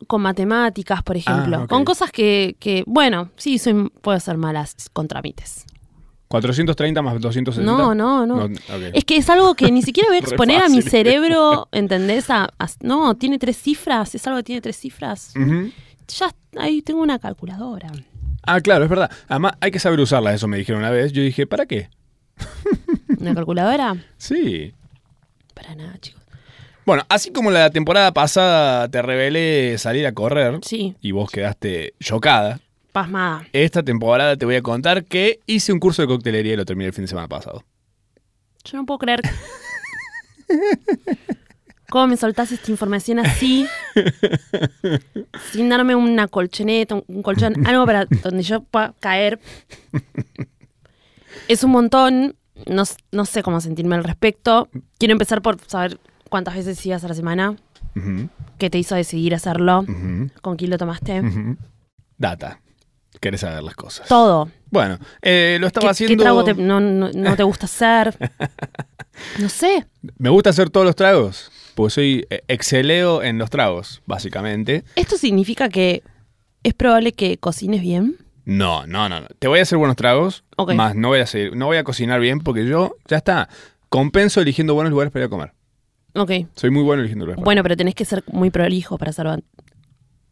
Speaker 3: con matemáticas, por ejemplo.
Speaker 2: Ah, ok.
Speaker 3: Con cosas que, que, bueno, sí, soy, puedo ser malas con trámites.
Speaker 2: 430 más 260.
Speaker 3: No, no, no.
Speaker 2: ok.
Speaker 3: Es que es algo que ni siquiera voy a
Speaker 2: Re
Speaker 3: exponer a mi
Speaker 2: fácil.
Speaker 3: cerebro, ¿entendés? A- a- no, tiene tres cifras, es algo que tiene tres cifras.
Speaker 2: Ujú.
Speaker 3: Ya ahí tengo una calculadora.
Speaker 2: Ah, claro, es verdad. Además, hay que saber usarlas, eso me dijeron una vez. Yo dije, ¿para qué?
Speaker 3: ¿Una calculadora?
Speaker 2: Sí.
Speaker 3: Para nada, chicos.
Speaker 2: Bueno, así como la temporada pasada te revelé salir a correr
Speaker 3: Sí,
Speaker 2: y vos quedaste chocada,
Speaker 3: pasmada.
Speaker 2: esta temporada te voy a contar que hice un curso de coctelería y lo terminé el fin de semana pasado.
Speaker 3: Yo no puedo creer. ¿Cómo me soltás esta información así? Sin darme una colchoneta, un- un colchón, algo para donde yo pueda caer. Es un montón. No, s- no sé cómo sentirme al respecto. Quiero empezar por saber cuántas veces ibas a la semana,
Speaker 2: Ujú,
Speaker 3: qué te hizo decidir hacerlo,
Speaker 2: ujú,
Speaker 3: con quién lo tomaste.
Speaker 2: ujú. Data. Querés saber las cosas.
Speaker 3: Todo.
Speaker 2: Bueno, eh, lo
Speaker 3: ¿Qué,
Speaker 2: estaba
Speaker 3: qué
Speaker 2: haciendo.
Speaker 3: trago te- no, no- no te gusta hacer? No sé.
Speaker 2: Me gusta hacer todos los tragos. Pues soy eh, exceleo en los tragos, básicamente.
Speaker 3: ¿Esto significa que es probable que cocines bien?
Speaker 2: No, no, no, no. Te voy a hacer buenos tragos,
Speaker 3: Ok.
Speaker 2: más no voy a seguir- no voy a cocinar bien porque yo ya está. Compenso eligiendo buenos lugares para ir a comer.
Speaker 3: Ok.
Speaker 2: Soy muy bueno eligiendo lugares. para-
Speaker 3: Bueno, pero tenés que ser muy prolijo para hacerlo.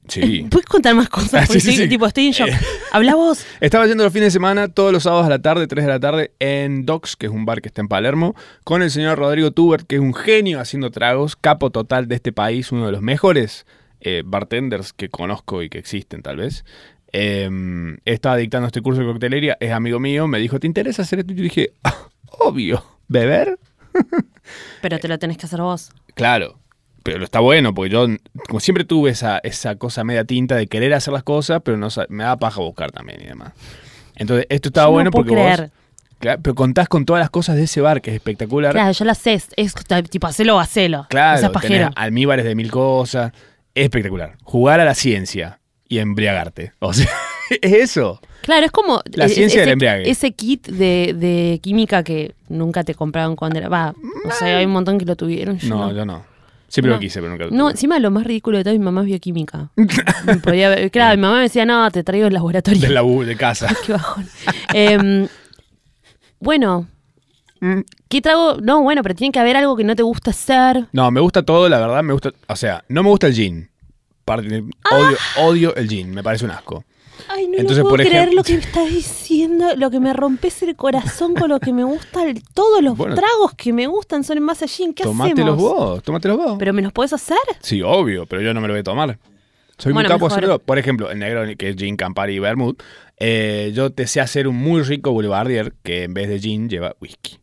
Speaker 2: Sí.
Speaker 3: ¿Puedes contar más cosas?
Speaker 2: Ah,
Speaker 3: Porque
Speaker 2: sí, sí,
Speaker 3: estoy-
Speaker 2: sí. Eh.
Speaker 3: Tipo, estoy en shock. Habla vos.
Speaker 2: Estaba yendo los fines de semana, todos los sábados a la tarde, 3 de la tarde, en Docs, que es un bar que está en Palermo, con el señor Rodrigo Tubert, que es un genio haciendo tragos, capo total de este país, uno de los mejores eh, bartenders que conozco y que existen, tal vez. Eh, estaba dictando este curso de coctelería, es amigo mío, me dijo, ¿te interesa hacer esto? Y yo dije, "Ah, obvio, ¿beber?
Speaker 3: Pero te lo tenés que hacer vos.
Speaker 2: Claro, pero lo está bueno, porque yo como siempre tuve esa, esa cosa media tinta de querer hacer las cosas, pero no sa- me da paja buscar también y demás. Entonces, esto está
Speaker 3: Yo no
Speaker 2: bueno
Speaker 3: puedo
Speaker 2: porque vos-
Speaker 3: creer.
Speaker 2: Claro, pero contás con todas las cosas de ese bar, que es espectacular.
Speaker 3: Claro, yo lo sé. Es, es tipo, hacelo o hacelo.
Speaker 2: Claro,
Speaker 3: O sea, pajero.
Speaker 2: tenés almíbares de mil cosas. Es espectacular. Jugar a la ciencia y embriagarte. O sea, es eso.
Speaker 3: Claro, es como.
Speaker 2: La
Speaker 3: es-
Speaker 2: ciencia
Speaker 3: ese,
Speaker 2: del embriague.
Speaker 3: Ese kit de, de química que nunca te compraron cuando era. Va, o sea, hay un montón que lo tuvieron. Yo
Speaker 2: No,
Speaker 3: no.
Speaker 2: yo no. Siempre
Speaker 3: No.
Speaker 2: lo quise, pero nunca lo
Speaker 3: No,
Speaker 2: tuve.
Speaker 3: encima lo más ridículo de todo, mi mamá es bioquímica. Me podía haber- claro, mi mamá me decía, no, te traigo el laboratorio.
Speaker 2: De la U, de casa.
Speaker 3: Qué bajón. Em, bueno, ¿qué trago? No, bueno, pero tiene que haber algo que no te gusta hacer.
Speaker 2: No, me gusta todo, la verdad, me gusta. O sea, no me gusta el gin. Parte- Odio,
Speaker 3: Ah.
Speaker 2: odio el gin, me parece un asco.
Speaker 3: Ay, no,
Speaker 2: Entonces,
Speaker 3: no puedo
Speaker 2: por
Speaker 3: creer
Speaker 2: ejemplo-
Speaker 3: lo que me estás diciendo, lo que me rompes el corazón con lo que me gusta. el- Todos los
Speaker 2: Bueno.
Speaker 3: tragos que me gustan son en base a gin. ¿Qué
Speaker 2: Tomátelos
Speaker 3: hacemos?
Speaker 2: vos, tomátelos vos.
Speaker 3: ¿Pero me los podés hacer?
Speaker 2: Sí, obvio, pero yo no me lo voy a tomar. Soy
Speaker 3: Bueno,
Speaker 2: muy capo
Speaker 3: mejor.
Speaker 2: haciéndolo. Por ejemplo, el negro, que es gin, Campari y vermouth, eh, yo te sé hacer un muy rico boulevardier que en vez de gin lleva whisky.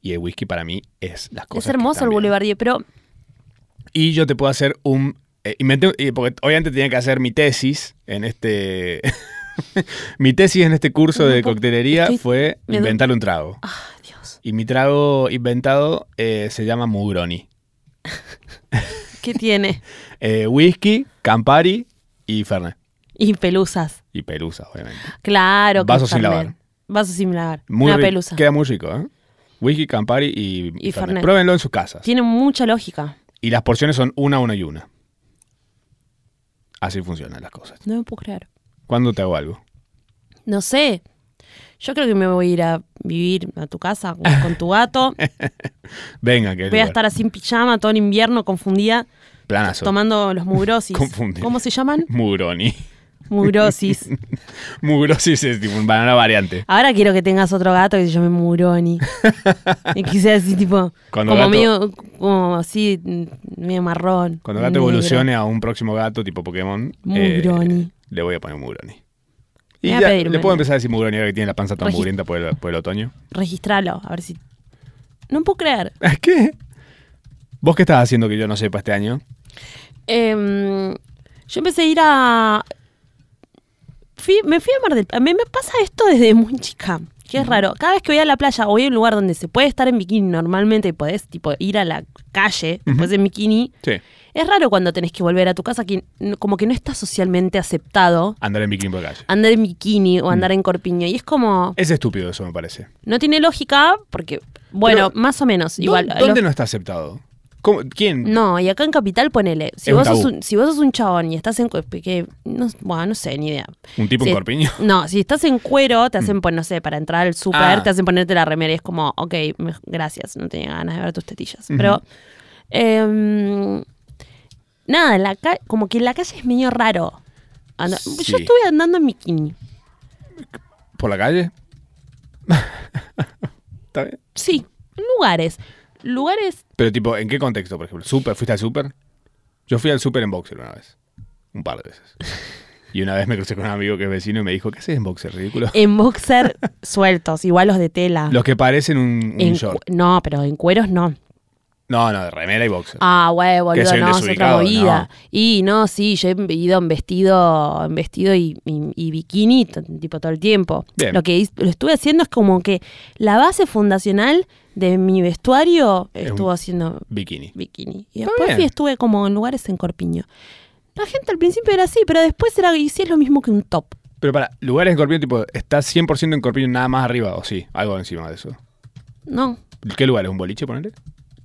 Speaker 2: Y el whisky para mí es las cosas
Speaker 3: es hermoso el
Speaker 2: boulevardier.
Speaker 3: boulevardier, pero
Speaker 2: Y yo te puedo hacer un... eh, inventé- eh, porque obviamente tenía que hacer mi tesis en este... mi tesis en este curso
Speaker 3: No
Speaker 2: de
Speaker 3: puedo-
Speaker 2: coctelería
Speaker 3: estoy-
Speaker 2: fue
Speaker 3: me duele.
Speaker 2: inventar un trago.
Speaker 3: ah, Dios,
Speaker 2: Y mi trago inventado eh, se llama Mugroni.
Speaker 3: ¿qué tiene?
Speaker 2: Eh, whisky, Campari y Fernet.
Speaker 3: Y pelusas.
Speaker 2: Y pelusa, obviamente.
Speaker 3: Claro, que
Speaker 2: Vaso
Speaker 3: es
Speaker 2: sin
Speaker 3: Fernet.
Speaker 2: lavar.
Speaker 3: Vaso sin lavar.
Speaker 2: Muy
Speaker 3: Una
Speaker 2: rico.
Speaker 3: Ah, pelusa.
Speaker 2: Queda muy rico, ¿eh? Whisky, Campari y,
Speaker 3: Y
Speaker 2: Fernet.
Speaker 3: Fernet.
Speaker 2: Pruébenlo en sus casas.
Speaker 3: Tiene mucha lógica.
Speaker 2: Y las porciones son una, una y una. Así funcionan las cosas.
Speaker 3: No me puedo creer.
Speaker 2: ¿Cuándo te hago algo?
Speaker 3: No sé. Yo creo que me voy a ir a vivir a tu casa con, con tu gato.
Speaker 2: Venga, que es
Speaker 3: Voy a
Speaker 2: lugar.
Speaker 3: estar así en pijama todo el invierno, confundida,
Speaker 2: planazo.
Speaker 3: tomando los mugrosis.
Speaker 2: Confundida.
Speaker 3: ¿Cómo se llaman?
Speaker 2: Mugroni.
Speaker 3: Mugrosis.
Speaker 2: Mugrosis es tipo una variante.
Speaker 3: Ahora quiero que tengas otro gato que se llame Muroni. y que sea así, tipo.
Speaker 2: Cuando
Speaker 3: como
Speaker 2: gato-
Speaker 3: medio. Como así, mm, medio marrón.
Speaker 2: Cuando el gato
Speaker 3: negro.
Speaker 2: evolucione a un próximo gato tipo Pokémon, eh,
Speaker 3: Mugroni.
Speaker 2: le voy a poner Mugroni.
Speaker 3: Voy
Speaker 2: Y
Speaker 3: a
Speaker 2: ya,
Speaker 3: pedir un
Speaker 2: le puedo
Speaker 3: Mugroni.
Speaker 2: empezar a decir Mugroni ahora que tiene la panza tan
Speaker 3: Regis-
Speaker 2: mugrienta por el, por el otoño.
Speaker 3: Registralo, a ver si. No puedo creer.
Speaker 2: ¿Qué? ¿Vos qué estás haciendo que yo no sepa este año?
Speaker 3: Em, yo empecé a ir a. fui- me fui a Mar del Plata. Me, me pasa esto desde muy chica. Que es raro. Cada vez que voy a la playa o voy a un lugar donde se puede estar en bikini normalmente y podés tipo, ir a la calle después en bikini,
Speaker 2: Sí.
Speaker 3: es raro cuando tenés que volver a tu casa, que n- como que no está socialmente aceptado
Speaker 2: Andar en bikini por la calle.
Speaker 3: andar en bikini
Speaker 2: Mm.
Speaker 3: o andar en corpiño. Y es como,
Speaker 2: Es estúpido eso, me parece.
Speaker 3: no tiene lógica porque, bueno,
Speaker 2: Pero,
Speaker 3: más o menos. Igual,
Speaker 2: ¿Dó- ¿Dónde
Speaker 3: los-
Speaker 2: no está aceptado? ¿Cómo- ¿Quién?
Speaker 3: No, y acá en Capital ponele. Si,
Speaker 2: Es un
Speaker 3: vos sos
Speaker 2: tabú.
Speaker 3: un, si vos sos un chabón y estás en. cu- Que, no, bueno, no sé, ni idea.
Speaker 2: ¿Un tipo
Speaker 3: Si-
Speaker 2: en corpiño? Mm.
Speaker 3: No, si estás en cuero, te hacen, pon- no sé, para entrar al súper,
Speaker 2: Ah.
Speaker 3: te hacen ponerte la remera y es como, ok, me- gracias, no tenía ganas de ver tus tetillas. Pero. em, nada, en la ca- como que en la calle es medio raro. Anda-
Speaker 2: Sí.
Speaker 3: Yo estuve andando en bikini.
Speaker 2: ¿Por la calle? ¿Está bien?
Speaker 3: Sí, lugares. Lugares.
Speaker 2: Pero tipo, ¿en qué contexto, por ejemplo? ¿Súper? ¿Fuiste al súper? Yo fui al súper en boxer una vez. Un par de veces. Y una vez me crucé con un amigo que es vecino y me dijo, ¿qué haces en boxer, ridículo?
Speaker 3: En boxer sueltos, igual los de tela.
Speaker 2: Los que parecen un, un
Speaker 3: ah. En
Speaker 2: short.
Speaker 3: cu- No, pero en cueros no.
Speaker 2: No, no, de remera y boxer.
Speaker 3: Ah, güey, boludo,
Speaker 2: soy un
Speaker 3: no, es otra
Speaker 2: desubicado,
Speaker 3: movida. Y no, sí, yo he ido en vestido, en vestido y, y- y bikini, t- tipo todo el tiempo.
Speaker 2: Bien.
Speaker 3: Lo que his- lo estuve haciendo es como que la base fundacional de mi vestuario
Speaker 2: Es
Speaker 3: estuvo
Speaker 2: un-
Speaker 3: haciendo
Speaker 2: Bikini.
Speaker 3: bikini. Y
Speaker 2: Está
Speaker 3: después
Speaker 2: bien.
Speaker 3: sí estuve como en lugares en Corpiño. La gente al principio era así, pero después era, y sí es lo mismo que un top.
Speaker 2: Pero para, lugares en corpiño, tipo, ¿estás 100% en corpiño nada más arriba o sí? Algo encima de eso.
Speaker 3: No,
Speaker 2: ¿Qué lugar es? ¿Un boliche, ponele?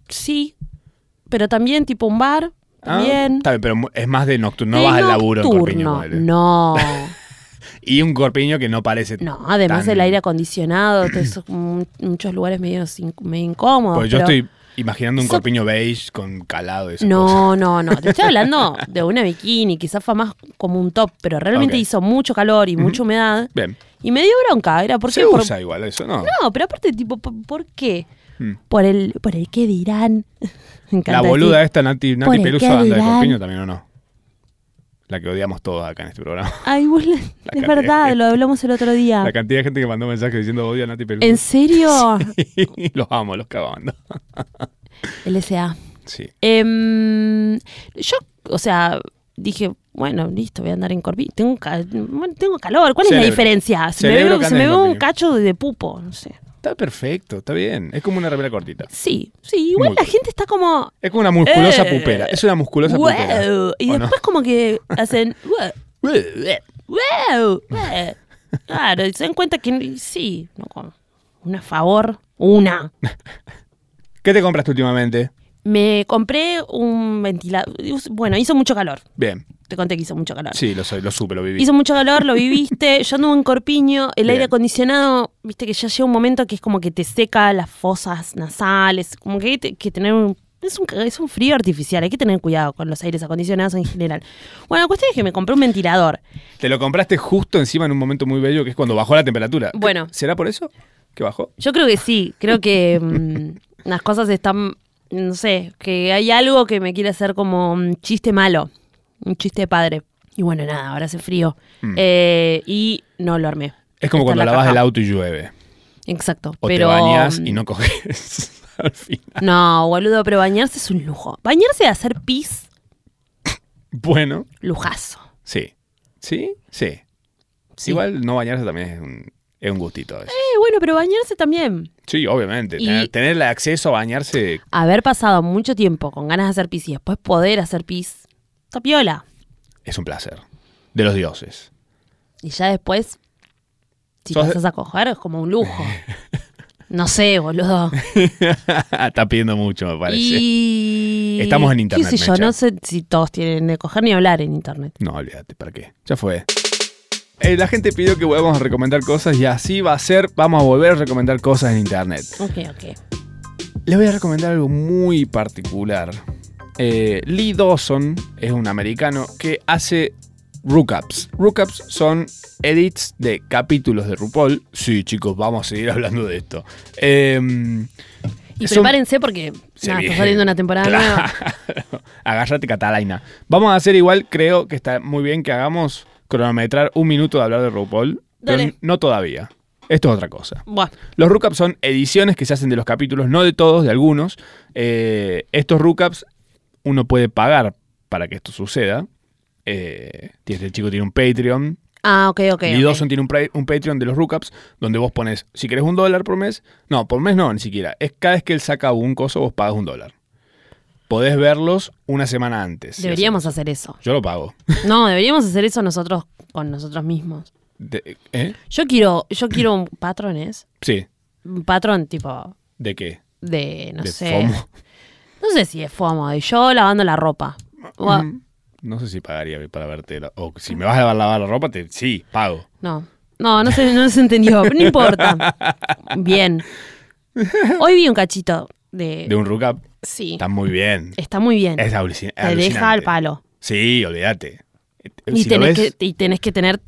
Speaker 3: sí, pero también tipo un bar,
Speaker 2: Ah,
Speaker 3: también.
Speaker 2: Está bien, pero mu- es más de nocturno. No
Speaker 3: De
Speaker 2: vas al laburo en corpiño,
Speaker 3: nocturno,
Speaker 2: ponele.
Speaker 3: No.
Speaker 2: Y un corpiño que no parece.
Speaker 3: No, además
Speaker 2: tan-
Speaker 3: el aire acondicionado, te- es un- muchos lugares medio, sin- medio incómodos.
Speaker 2: Pues yo
Speaker 3: pero-
Speaker 2: estoy imaginando un
Speaker 3: Eso-
Speaker 2: corpiño beige con calado y esas cosas.
Speaker 3: No, no, no. Te estoy hablando de una bikini, quizás fue más como un top, pero realmente
Speaker 2: Ok.
Speaker 3: hizo mucho calor y mucha humedad.
Speaker 2: Bien.
Speaker 3: Y me dio bronca, era porque.
Speaker 2: Se usa igual eso, ¿no?
Speaker 3: No, pero aparte, tipo, ¿por, por qué?
Speaker 2: Mm.
Speaker 3: Por el, por el qué dirán. Me
Speaker 2: La
Speaker 3: encanta
Speaker 2: boluda
Speaker 3: decir,
Speaker 2: esta, Nati,
Speaker 3: Por
Speaker 2: Nati
Speaker 3: el
Speaker 2: Peluso, anda de
Speaker 3: calidad.
Speaker 2: corpiño también o no. La que odiamos todos acá en este programa.
Speaker 3: Ay, vos la-
Speaker 2: La
Speaker 3: es
Speaker 2: cantidad de
Speaker 3: verdad,
Speaker 2: gente.
Speaker 3: lo hablamos el otro día.
Speaker 2: La cantidad de gente que mandó mensajes diciendo odio a Nati Peluso.
Speaker 3: ¿En serio?
Speaker 2: los amo, los cagando.
Speaker 3: LSA.
Speaker 2: Sí.
Speaker 3: Em, yo, o sea, dije, bueno, listo, voy a andar en corpiño. Tengo, ca- bueno, tengo calor. ¿Cuál es la
Speaker 2: Celebro.
Speaker 3: diferencia? Se
Speaker 2: Celebro que
Speaker 3: me ve, se
Speaker 2: andes
Speaker 3: me
Speaker 2: en
Speaker 3: ve un
Speaker 2: corpiño.
Speaker 3: cacho de pupo, no sé.
Speaker 2: Está perfecto, está bien. Es como una remera cortita.
Speaker 3: Sí, sí, igual
Speaker 2: Muy
Speaker 3: la
Speaker 2: bien.
Speaker 3: gente está como...
Speaker 2: Es como una musculosa
Speaker 3: Eh.
Speaker 2: pupera. Es una musculosa
Speaker 3: Wow.
Speaker 2: pupera.
Speaker 3: Y
Speaker 2: ¿O
Speaker 3: después
Speaker 2: no?
Speaker 3: como que hacen... Wow, wow, wow. Claro, y se dan cuenta que sí, no, como una favor, una.
Speaker 2: ¿Qué te compraste últimamente?
Speaker 3: Me compré un ventilador. Bueno, hizo mucho calor.
Speaker 2: Bien.
Speaker 3: Te conté que hizo mucho calor.
Speaker 2: Sí, lo, soy, lo supe, lo viví.
Speaker 3: Hizo mucho calor, lo viviste. Yo anduve en Corpiño, el
Speaker 2: Bien.
Speaker 3: aire acondicionado, viste que ya llega un momento que es como que te seca las fosas nasales, como que hay te- que tener un... Es un, es un frío artificial, hay que tener cuidado con los aires acondicionados en general. Bueno, la cuestión es que me compré un ventilador.
Speaker 2: Te lo compraste justo encima en un momento muy bello, que es cuando bajó la temperatura.
Speaker 3: Bueno.
Speaker 2: ¿Será por eso que bajó?
Speaker 3: Yo creo que sí, creo que mm, las cosas están, no sé, que hay algo que me quiere hacer como un chiste malo, un chiste padre. Y bueno, nada, ahora hace frío.
Speaker 2: Mm.
Speaker 3: Eh, y no lo armé.
Speaker 2: Es como
Speaker 3: Está en
Speaker 2: cuando
Speaker 3: la
Speaker 2: lavas
Speaker 3: caja.
Speaker 2: el auto y llueve.
Speaker 3: Exacto.
Speaker 2: O
Speaker 3: pero, mm,
Speaker 2: te bañas y no coges al final.
Speaker 3: No, boludo, pero bañarse es un lujo. Bañarse de hacer pis,
Speaker 2: Bueno,
Speaker 3: lujazo.
Speaker 2: sí. ¿Sí? Sí.
Speaker 3: Sí.
Speaker 2: Igual no bañarse también es un, es un gustito. a veces.
Speaker 3: Eh, bueno, pero bañarse también.
Speaker 2: Sí, obviamente.
Speaker 3: Y-
Speaker 2: Tener, tener el acceso a bañarse.
Speaker 3: Haber pasado mucho tiempo con ganas de hacer pis y después poder hacer pis, está piola.
Speaker 2: Es un placer. De los dioses.
Speaker 3: Y ya después, si
Speaker 2: Sos-
Speaker 3: pasas a coger, es como un lujo. No sé, boludo.
Speaker 2: Está pidiendo mucho, me parece.
Speaker 3: Y...
Speaker 2: Estamos en internet,
Speaker 3: ¿Qué sé yo?
Speaker 2: Mecha.
Speaker 3: No sé si todos tienen de coger ni hablar en internet.
Speaker 2: No, olvídate, ¿para qué? Ya fue. Eh, la gente pidió que volvamos a recomendar cosas y así va a ser. Vamos a volver a recomendar cosas en internet.
Speaker 3: Ok, ok.
Speaker 2: Les voy a recomendar algo muy particular. Eh, Lee Dawson es un americano que hace Rookups. Rookups son edits de capítulos de RuPaul. Sí, chicos, vamos a seguir hablando de esto. Em,
Speaker 3: Y
Speaker 2: son-
Speaker 3: prepárense porque
Speaker 2: Se
Speaker 3: nada,
Speaker 2: viene.
Speaker 3: está saliendo una temporada nueva.
Speaker 2: Claro. Agárrate, Catalina. Vamos a hacer igual, creo que está muy bien que hagamos cronometrar un minuto de hablar de RuPaul. pero
Speaker 3: Dale.
Speaker 2: no todavía. Esto es otra cosa.
Speaker 3: Buah,
Speaker 2: Los rookups son ediciones que se hacen de los capítulos, no de todos, de algunos. Eh, estos rookups uno puede pagar para que esto suceda. Eh, este chico tiene un Patreon.
Speaker 3: Ah, ok, ok.
Speaker 2: y
Speaker 3: ok.
Speaker 2: Dawson tiene un, pra- un Patreon de los rookups donde vos pones, si querés un dólar por mes, no, por mes no, ni siquiera. Es cada vez que él saca un coso, vos pagas un dólar. Podés verlos una semana antes. si
Speaker 3: Deberíamos hacer eso.
Speaker 2: haces- Yo lo pago.
Speaker 3: No, deberíamos hacer eso nosotros con nosotros mismos.
Speaker 2: De- ¿eh?
Speaker 3: Yo quiero, yo quiero un patrón, ¿es?
Speaker 2: Sí.
Speaker 3: Un patrón tipo
Speaker 2: ¿De qué?
Speaker 3: de, no
Speaker 2: ¿De
Speaker 3: sé.
Speaker 2: FOMO?
Speaker 3: No sé si es FOMO, de yo lavando la ropa. O a-
Speaker 2: Mm, No sé si pagaría para verte. la- o si me vas a lavar, lavar la ropa, te, sí, pago.
Speaker 3: No, no, no se, no se entendió, pero no importa. Bien. Hoy vi un cachito de...
Speaker 2: De un rookup.
Speaker 3: Sí,
Speaker 2: Está muy bien.
Speaker 3: está muy bien.
Speaker 2: Es alucin-
Speaker 3: Te
Speaker 2: alucinante.
Speaker 3: deja al palo.
Speaker 2: Sí, olvídate. Eh,
Speaker 3: Y,
Speaker 2: si lo
Speaker 3: tenés
Speaker 2: ves,
Speaker 3: que, y tenés que tener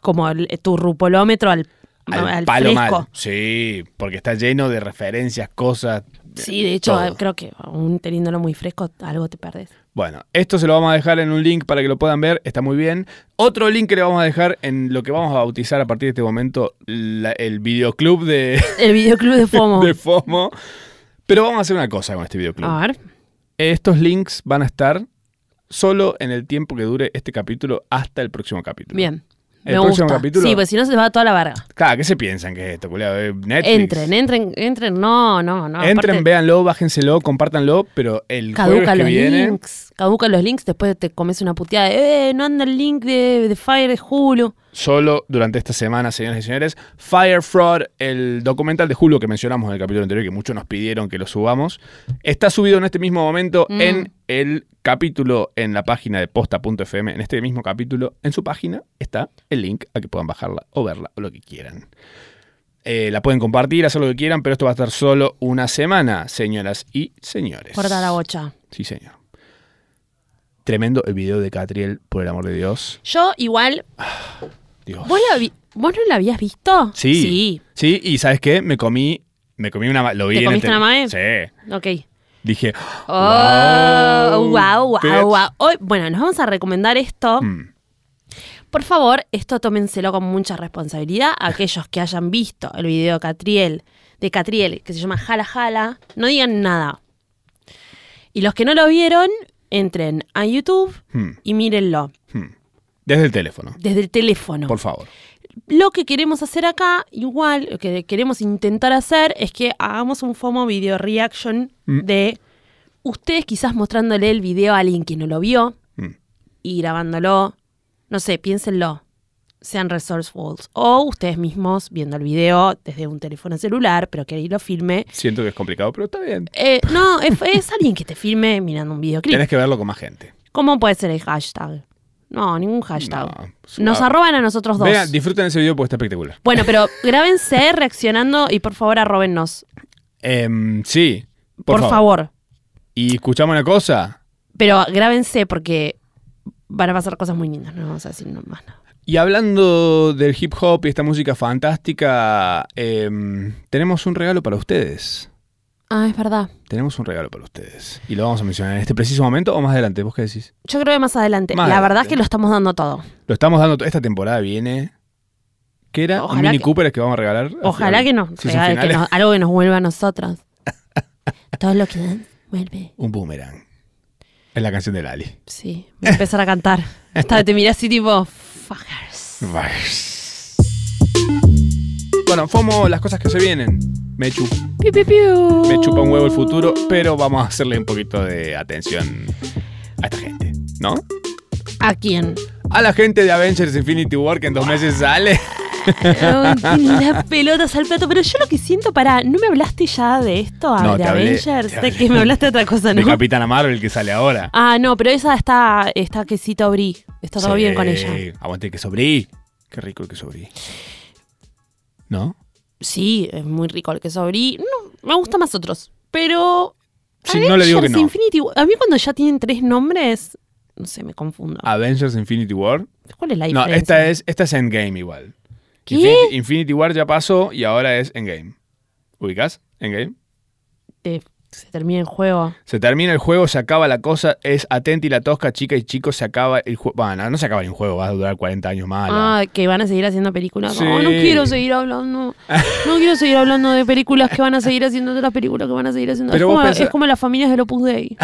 Speaker 3: como el- tu rupolómetro al,
Speaker 2: al,
Speaker 3: al
Speaker 2: palo
Speaker 3: fresco.
Speaker 2: mal. Sí, porque está lleno de referencias, cosas.
Speaker 3: Sí, de hecho, ah,
Speaker 2: todo.
Speaker 3: creo que aún teniéndolo muy fresco, algo te perdés.
Speaker 2: Bueno, esto se lo vamos a dejar en un link para que lo puedan ver, está muy bien. Otro link que le vamos a dejar en lo que vamos a bautizar a partir de este momento, la- el videoclub de,
Speaker 3: El videoclub de FOMO.
Speaker 2: de FOMO. Pero vamos a hacer una cosa con este videoclub.
Speaker 3: A ver.
Speaker 2: Estos links van a estar solo en el tiempo que dure este capítulo hasta el próximo capítulo.
Speaker 3: Bien.
Speaker 2: El
Speaker 3: me
Speaker 2: próximo
Speaker 3: gusta.
Speaker 2: capítulo-
Speaker 3: Sí, pues si no se les va toda la verga.
Speaker 2: Claro, ¿qué se piensan que es esto, culiao? Eh, Netflix.
Speaker 3: Entren, entren, entren. No, no, no.
Speaker 2: Entren,
Speaker 3: Ah, aparte,
Speaker 2: véanlo, bájenselo, compártanlo, pero el jueves
Speaker 3: Caducan
Speaker 2: que
Speaker 3: los
Speaker 2: viene...
Speaker 3: links. Caducan los links. Después te comes una puteada de, eh, no anda el link de, de Fire de Hulu.
Speaker 2: solo durante esta semana, señoras y señores. Fire Fraud, el documental de Julio que mencionamos en el capítulo anterior, que muchos nos pidieron que lo subamos, está subido en este mismo momento
Speaker 3: Mm.
Speaker 2: en el capítulo en la página de posta.fm. En este mismo capítulo, en su página, está el link a que puedan bajarla o verla o lo que quieran. Eh, la pueden compartir, hacer lo que quieran, pero esto va a estar solo una semana, señoras y señores.
Speaker 3: Corta la bocha.
Speaker 2: Sí, señor. Tremendo el video de Catriel, por el amor de Dios.
Speaker 3: Yo igual.
Speaker 2: Dios.
Speaker 3: ¿Vos, la vi- vos no la habías visto?
Speaker 2: Sí.
Speaker 3: Sí.
Speaker 2: Sí, y ¿sabes qué? Me comí, me comí una ma- lo vi
Speaker 3: ¿Te
Speaker 2: en
Speaker 3: comiste
Speaker 2: el
Speaker 3: una
Speaker 2: tele- Sí.
Speaker 3: Ok.
Speaker 2: Dije,
Speaker 3: Oh, wow, wow,
Speaker 2: bitch.
Speaker 3: wow. Hoy, bueno, nos vamos a recomendar esto.
Speaker 2: Mm,
Speaker 3: Por favor, esto tómenselo con mucha responsabilidad. Aquellos que hayan visto el video de Catriel, de Catriel, que se llama Jala Jala, no digan nada. Y los que no lo vieron, entren a YouTube
Speaker 2: mm,
Speaker 3: y mírenlo
Speaker 2: mm. Desde el teléfono,
Speaker 3: desde el teléfono.
Speaker 2: por favor.
Speaker 3: Lo que queremos hacer acá, igual, lo que queremos intentar hacer es que hagamos un FOMO video reaction
Speaker 2: Mm.
Speaker 3: de ustedes quizás mostrándole el video a alguien que no lo vio
Speaker 2: Mm.
Speaker 3: y grabándolo. No sé, piénsenlo. Sean resourceful. O ustedes mismos viendo el video desde un teléfono celular, pero que ahí lo filme.
Speaker 2: Siento que es complicado, pero está bien.
Speaker 3: Eh, no, es, es alguien que te filme mirando un videoclip.
Speaker 2: Tienes que verlo con más gente.
Speaker 3: ¿Cómo puede ser el hashtag? No, ningún hashtag.
Speaker 2: No,
Speaker 3: Nos
Speaker 2: suave.
Speaker 3: arroban a nosotros dos.
Speaker 2: Vean, disfruten ese video porque está espectacular.
Speaker 3: Bueno, pero grábense reaccionando y por favor arróbennos.
Speaker 2: Em, sí, por,
Speaker 3: Por, favor.
Speaker 2: Y escuchamos una cosa.
Speaker 3: Pero grábense porque van a pasar cosas muy lindas, no vamos a decir nomás nada.
Speaker 2: Y hablando del hip hop y esta música fantástica, em, tenemos un regalo para ustedes.
Speaker 3: Ah, es verdad.
Speaker 2: Tenemos un regalo para ustedes. Y lo vamos a mencionar en este preciso momento o más adelante. ¿Vos qué decís?
Speaker 3: Yo creo que más adelante.
Speaker 2: Más
Speaker 3: la
Speaker 2: adelante.
Speaker 3: verdad es que lo estamos dando todo.
Speaker 2: Lo estamos dando. to- Esta temporada viene. ¿Qué era?
Speaker 3: Ojalá
Speaker 2: un Mini
Speaker 3: que-
Speaker 2: Cooper es que vamos a regalar. al
Speaker 3: Ojalá
Speaker 2: final.
Speaker 3: que nos
Speaker 2: Si son
Speaker 3: regale, que
Speaker 2: finales,
Speaker 3: nos- algo que nos vuelva a nosotros. todo lo que dan, vuelve.
Speaker 2: Un boomerang. Es la canción de Lali.
Speaker 3: Sí, voy a empezar a cantar. Hasta te miré así tipo, fuckers.
Speaker 2: Bueno, FOMO, las cosas que se vienen. Me, chu-
Speaker 3: Piu, piu, piu.
Speaker 2: me chupa un huevo el futuro, pero vamos a hacerle un poquito de atención a esta gente, ¿no?
Speaker 3: ¿A quién?
Speaker 2: A la gente de Avengers Infinity War que en dos meses sale.
Speaker 3: Las pelotas al plato. Pero yo lo que siento, para, ¿no me hablaste ya de esto?
Speaker 2: No,
Speaker 3: de
Speaker 2: te hablé,
Speaker 3: Avengers.
Speaker 2: te
Speaker 3: De
Speaker 2: hablé.
Speaker 3: que me hablaste de otra cosa,
Speaker 2: De
Speaker 3: ¿no?
Speaker 2: Capitana Marvel que sale ahora.
Speaker 3: Ah, no, pero esa está, está quesito brie. Está todo
Speaker 2: Sí,
Speaker 3: bien con ella.
Speaker 2: Aguante que sobrí. Qué rico el que sobrí. ¿No?
Speaker 3: Sí, es muy rico el queso brie. No, me gustan más otros. Pero.
Speaker 2: Sí, no le digo que
Speaker 3: Avengers
Speaker 2: no.
Speaker 3: Infinity War- A mí cuando ya tienen tres nombres, No sé, me confundo.
Speaker 2: Avengers Infinity War.
Speaker 3: ¿Cuál es la
Speaker 2: Ah, No,
Speaker 3: diferencia?
Speaker 2: esta es, esta es Endgame igual.
Speaker 3: ¿Qué?
Speaker 2: Infinity, Infinity War ya pasó y ahora es Endgame. ¿Ubicás? Endgame.
Speaker 3: Te- Eh, se termina el juego.
Speaker 2: Se termina el juego, se acaba la cosa, es atenta y la tosca, chica y chico, se acaba el juego. Bueno, no se acaba el juego, va a durar 40 años más. la-
Speaker 3: Ah, que van a seguir haciendo películas. Oh,
Speaker 2: Sí.
Speaker 3: No, no quiero seguir hablando. No quiero seguir hablando de películas que van a seguir haciendo otras películas que van a seguir haciendo.
Speaker 2: Pero
Speaker 3: es,
Speaker 2: vos
Speaker 3: como,
Speaker 2: pensá-
Speaker 3: es como las familias del Opus Dei.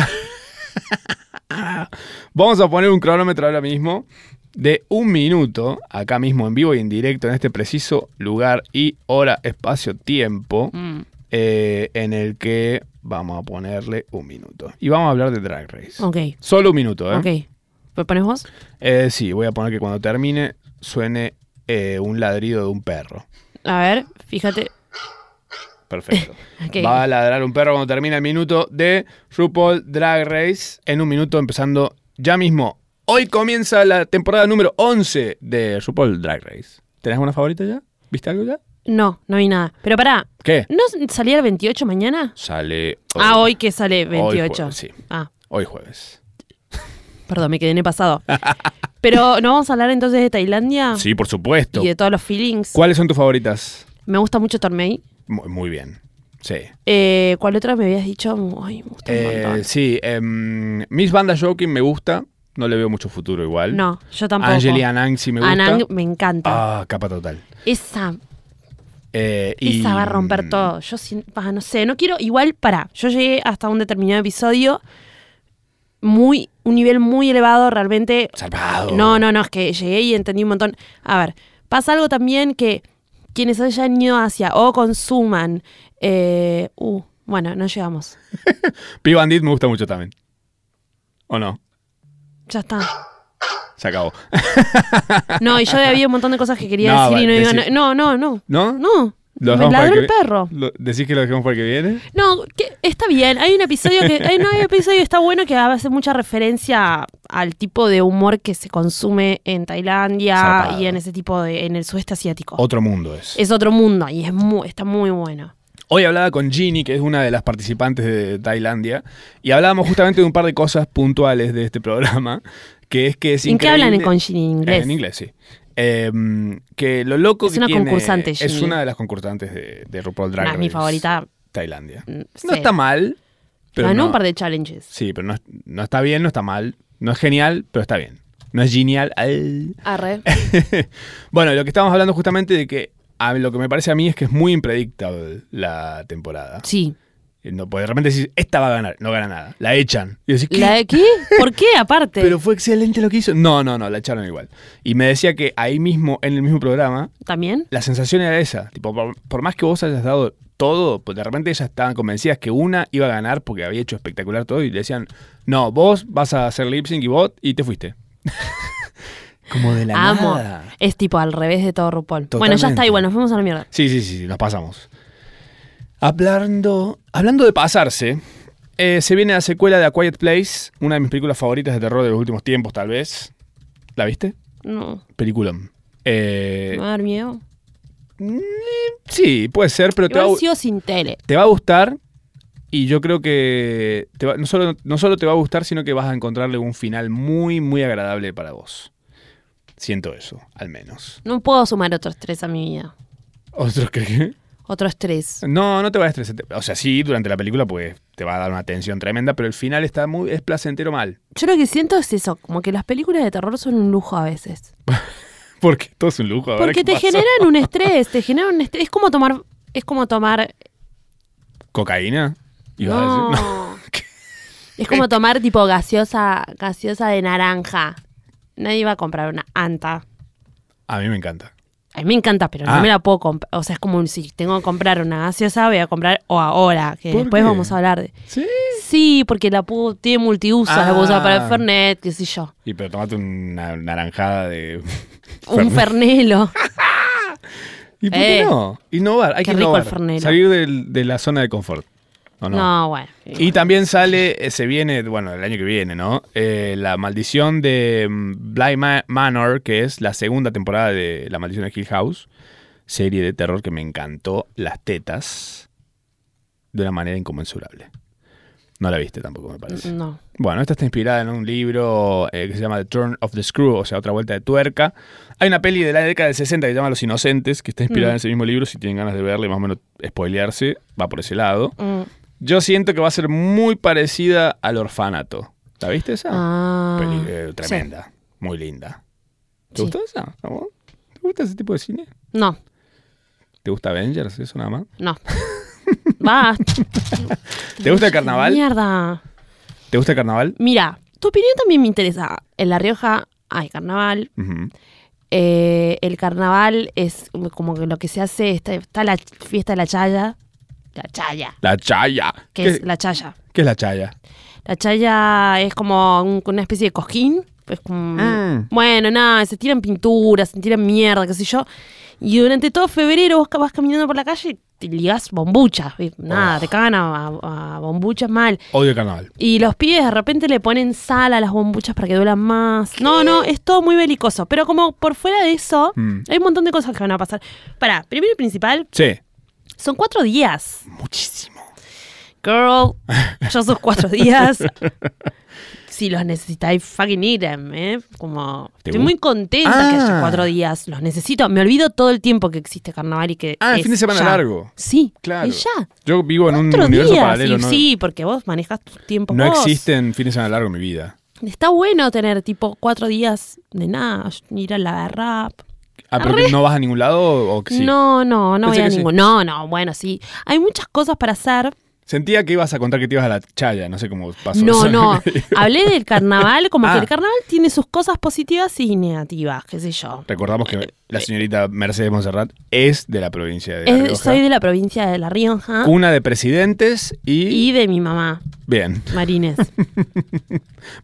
Speaker 2: Vamos a poner un cronómetro ahora mismo de un minuto, acá mismo en vivo y en directo, en este preciso lugar y hora, espacio, tiempo,
Speaker 3: Mm.
Speaker 2: eh, en el que vamos a ponerle un minuto. Y vamos a hablar de Drag Race.
Speaker 3: Ok,
Speaker 2: Solo un minuto, ¿eh?
Speaker 3: ok. ¿Me pones vos?
Speaker 2: Eh, sí, voy a poner que cuando termine suene eh, un ladrido de un perro.
Speaker 3: A ver, fíjate.
Speaker 2: Perfecto.
Speaker 3: Ok.
Speaker 2: Va a ladrar un perro cuando termine el minuto de RuPaul Drag Race. En un minuto empezando ya mismo. Hoy comienza la temporada número 11 de RuPaul Drag Race. ¿Tenés una favorita ya? ¿Viste algo ya?
Speaker 3: No, no vi nada. Pero pará,
Speaker 2: ¿Qué?
Speaker 3: ¿no salía el 28 mañana?
Speaker 2: Sale hoy.
Speaker 3: Ah, hoy que sale
Speaker 2: Hoy
Speaker 3: 28.
Speaker 2: jueves, sí.
Speaker 3: Ah,
Speaker 2: Hoy jueves.
Speaker 3: perdón, me quedé en el pasado. Pero no vamos a hablar entonces de Tailandia
Speaker 2: Sí, por supuesto.
Speaker 3: y de todos los feelings.
Speaker 2: ¿Cuáles son tus favoritas?
Speaker 3: Me gusta mucho Tormey.
Speaker 2: Mu- Muy, bien. Sí.
Speaker 3: Eh, ¿Cuál otra me habías dicho? Ay, me gusta un
Speaker 2: Eh,
Speaker 3: montón.
Speaker 2: sí, em, Miss Banda Joking me gusta. No le veo mucho futuro igual.
Speaker 3: No, yo tampoco.
Speaker 2: Angeli Anang sí me gusta.
Speaker 3: Anang me encanta.
Speaker 2: Ah, capa total.
Speaker 3: Esa,
Speaker 2: Eh, y-
Speaker 3: esa va a romper todo. Yo sin- ah, no sé, no quiero. Igual, para. Yo llegué hasta un determinado episodio. Muy, un nivel muy elevado, realmente.
Speaker 2: Zarpado.
Speaker 3: No, no, no, es que llegué y entendí un montón. A ver, pasa algo también que quienes hayan ido hacia o consuman. eh, uh, bueno, no llegamos.
Speaker 2: P. Bandit me gusta mucho también. ¿O no?
Speaker 3: Ya está.
Speaker 2: Se acabó.
Speaker 3: No, y yo había un montón de cosas que quería
Speaker 2: No,
Speaker 3: decir y no
Speaker 2: va-
Speaker 3: iba.
Speaker 2: decí-
Speaker 3: No, no, no.
Speaker 2: ¿No?
Speaker 3: No.
Speaker 2: ¿Lo
Speaker 3: me
Speaker 2: dejamos para
Speaker 3: ladró
Speaker 2: que
Speaker 3: el
Speaker 2: vi-
Speaker 3: perro.
Speaker 2: Lo- ¿Decís que lo dejemos para el que viene?
Speaker 3: No, que está bien. Hay un episodio que. Hay un episodio que está bueno que hace mucha referencia al tipo de humor que se consume en Tailandia
Speaker 2: Zarpado.
Speaker 3: y en ese tipo de. en el sudeste asiático.
Speaker 2: Otro mundo es.
Speaker 3: Oh. Es otro mundo y es mu- está muy bueno.
Speaker 2: Hoy hablaba con Ginny, que es una de las participantes de Tailandia, y hablábamos justamente de un par de cosas puntuales de este programa, que es que es
Speaker 3: ¿En qué
Speaker 2: increíble-
Speaker 3: hablan en con Shin en inglés?
Speaker 2: En inglés, sí. Em, que lo loco
Speaker 3: Es
Speaker 2: que
Speaker 3: una
Speaker 2: tiene-
Speaker 3: concursante,
Speaker 2: Es
Speaker 3: Ginny.
Speaker 2: una de las concursantes de, de RuPaul Drag
Speaker 3: Nah, es mi
Speaker 2: Race
Speaker 3: favorita.
Speaker 2: Tailandia.
Speaker 3: mm,
Speaker 2: No
Speaker 3: sí.
Speaker 2: está mal, pero
Speaker 3: Ganó
Speaker 2: no,
Speaker 3: un par de challenges.
Speaker 2: Sí, pero no, es- no está bien, no está mal. No es genial, pero está bien. No es genial. ay.
Speaker 3: Arre.
Speaker 2: bueno, lo que estábamos hablando justamente de que a lo que me parece a mí es que es muy impredictable la temporada.
Speaker 3: Sí.
Speaker 2: Eh, No, porque de repente decís, esta va a ganar, no gana nada. La echan. Y decís, ¿qué?
Speaker 3: ¿La de qué? ¿Por qué aparte?
Speaker 2: Pero fue excelente lo que hizo. No, no, no, la echaron igual. Y me decía que ahí mismo, en el mismo programa,
Speaker 3: ¿También?
Speaker 2: la sensación era esa. Tipo, por, por más que vos hayas dado todo, pues de repente ellas estaban convencidas que una iba a ganar porque había hecho espectacular todo y le decían, no, vos vas a hacer lip sync y vos y te fuiste. Como de la
Speaker 3: Amo.
Speaker 2: nada.
Speaker 3: Es tipo al revés de todo RuPaul. Bueno, ya está
Speaker 2: Totalmente.
Speaker 3: igual, nos fuimos a la mierda.
Speaker 2: Sí, sí, sí, sí, nos pasamos. Hablando, hablando de pasarse, eh, se viene la secuela de A Quiet Place, una de mis películas favoritas de terror de los últimos tiempos, tal vez. ¿La viste?
Speaker 3: No,
Speaker 2: Película.
Speaker 3: me
Speaker 2: Eh,
Speaker 3: va a dar miedo.
Speaker 2: sí, puede ser, pero te va a-
Speaker 3: Igual sigo sin tele.
Speaker 2: te va a gustar y yo creo que te va- no, solo, no solo te va a gustar, sino que vas a encontrarle un final muy, muy agradable para vos. Siento eso, al menos.
Speaker 3: No puedo sumar otro estrés a mi vida.
Speaker 2: ¿Otros que
Speaker 3: Otro estrés.
Speaker 2: No, no te va a estresar. O sea, sí, durante la película pues te va a dar una tensión tremenda, pero el final está muy es placentero mal.
Speaker 3: Yo lo que siento es eso, como que las películas de terror son un lujo a veces.
Speaker 2: Porque todo es un lujo. ahora
Speaker 3: Porque
Speaker 2: que
Speaker 3: te
Speaker 2: pasó.
Speaker 3: generan un estrés, te generan un estrés. Es como tomar. Es como tomar.
Speaker 2: ¿Cocaína? Ibas a
Speaker 3: no.
Speaker 2: decir, no.
Speaker 3: Es como tomar tipo gaseosa, gaseosa de naranja. Nadie va a comprar una anta.
Speaker 2: A mí me encanta.
Speaker 3: A mí me encanta, pero
Speaker 2: Ah.
Speaker 3: no me la puedo comprar. O sea, es como un- si tengo que comprar una gaseosa, voy a comprar o ahora, que
Speaker 2: ¿Por
Speaker 3: después
Speaker 2: qué?
Speaker 3: vamos a hablar de.
Speaker 2: Sí.
Speaker 3: Sí, porque la puedo, tiene multiusos, la puedo usar
Speaker 2: Ah.
Speaker 3: para el Fernet, qué sé yo.
Speaker 2: Y pero tomate una naranjada de...
Speaker 3: Un fernelo.
Speaker 2: ¿Y por qué
Speaker 3: Eh.
Speaker 2: no? Innovar, hay
Speaker 3: Qué
Speaker 2: que
Speaker 3: rico el
Speaker 2: innovar.
Speaker 3: Fernelo.
Speaker 2: Salir del- de la zona de confort. ¿o no?
Speaker 3: No, bueno.
Speaker 2: Y también sale, eh, se viene, bueno, el año que viene, ¿no? Eh, la maldición de mm, Bly Ma- Manor, que es la segunda temporada de La maldición de Hill House, serie de terror que me encantó, las tetas, de una manera inconmensurable. No la viste tampoco, me parece.
Speaker 3: No.
Speaker 2: Bueno, esta está inspirada en un libro eh, que se llama The Turn of the Screw, o sea, otra vuelta de tuerca. Hay una peli de la década del 60 que se llama Los Inocentes, que está inspirada
Speaker 3: Mm.
Speaker 2: en ese mismo libro. Si tienen ganas de verla y más o menos spoilearse, va por ese lado.
Speaker 3: Mm.
Speaker 2: Yo siento que va a ser muy parecida al Orfanato. ¿La viste esa?
Speaker 3: Ah.
Speaker 2: Peli, eh, tremenda, muy linda. ¿Te
Speaker 3: Sí.
Speaker 2: gustó esa? amor? ¿Te gusta ese tipo de cine?
Speaker 3: No,
Speaker 2: ¿Te gusta Avengers? Eso nada más.
Speaker 3: no. Basta.
Speaker 2: ¿Te gusta el carnaval?
Speaker 3: Mierda.
Speaker 2: ¿Te gusta el carnaval?
Speaker 3: Mira, tu opinión también me interesa. En La Rioja hay carnaval.
Speaker 2: Ujú.
Speaker 3: Eh, el carnaval es como que lo que se hace, está, está la fiesta de la chaya. La chaya.
Speaker 2: La chaya.
Speaker 3: Que
Speaker 2: ¿Qué-
Speaker 3: es la chaya.
Speaker 2: qué es la chaya?
Speaker 3: La chaya es como un- una especie de cojín. Pues como,
Speaker 2: Ah.
Speaker 3: Bueno, nada, se tiran pinturas, se tiran mierda, qué sé yo. Y durante todo febrero vos ca- vas caminando por la calle y te ligás bombuchas. ¿ves? Nada,
Speaker 2: Oh.
Speaker 3: te cagan a, a- a bombuchas mal.
Speaker 2: Odio el carnaval.
Speaker 3: Y los pibes de repente le ponen sal a las bombuchas para que duelan más. No, no, es todo muy belicoso. Pero como por fuera de eso,
Speaker 2: Mm.
Speaker 3: hay un montón de cosas que van a pasar. Pará, primero y principal,
Speaker 2: Sí.
Speaker 3: son cuatro días.
Speaker 2: Muchísimo.
Speaker 3: Girl, yo esos cuatro días, si los necesitáis, fucking need them, ¿eh? Como,
Speaker 2: ¿Te
Speaker 3: estoy
Speaker 2: gu-
Speaker 3: muy contenta que
Speaker 2: Ah.
Speaker 3: haya cuatro días, los necesito. Me olvido todo el tiempo que existe carnaval y que
Speaker 2: Ah, el
Speaker 3: es
Speaker 2: fin de semana
Speaker 3: ya.
Speaker 2: largo.
Speaker 3: Sí,
Speaker 2: Claro.
Speaker 3: es ya.
Speaker 2: Yo vivo en un
Speaker 3: Cuatro
Speaker 2: universo
Speaker 3: días.
Speaker 2: paralelo,
Speaker 3: y
Speaker 2: ¿no?
Speaker 3: Sí, porque vos manejas tu tiempo
Speaker 2: no
Speaker 3: vos.
Speaker 2: existen fines de semana largo en mi vida.
Speaker 3: Está bueno tener, tipo, cuatro días de nada, ir a la rap.
Speaker 2: Ah, pero
Speaker 3: Arre.
Speaker 2: que no vas a ningún lado o o que sí.
Speaker 3: No, no,
Speaker 2: Pensé
Speaker 3: no voy a
Speaker 2: que sí.
Speaker 3: ningún... No, no, bueno, sí. Hay muchas cosas para hacer.
Speaker 2: Sentía que ibas a contar que te ibas a la chaya, no sé cómo pasó.
Speaker 3: No,
Speaker 2: eso.
Speaker 3: no. Hablé del carnaval, como
Speaker 2: Ah.
Speaker 3: que el carnaval tiene sus cosas positivas y negativas, qué sé yo.
Speaker 2: Recordamos que la señorita Mercedes Monserrat es de la provincia de La
Speaker 3: Es-
Speaker 2: Eh, Rioja.
Speaker 3: soy de la provincia de La Rioja
Speaker 2: Cuna de presidentes y...
Speaker 3: y eh, de mi mamá,
Speaker 2: Bien.
Speaker 3: Marines.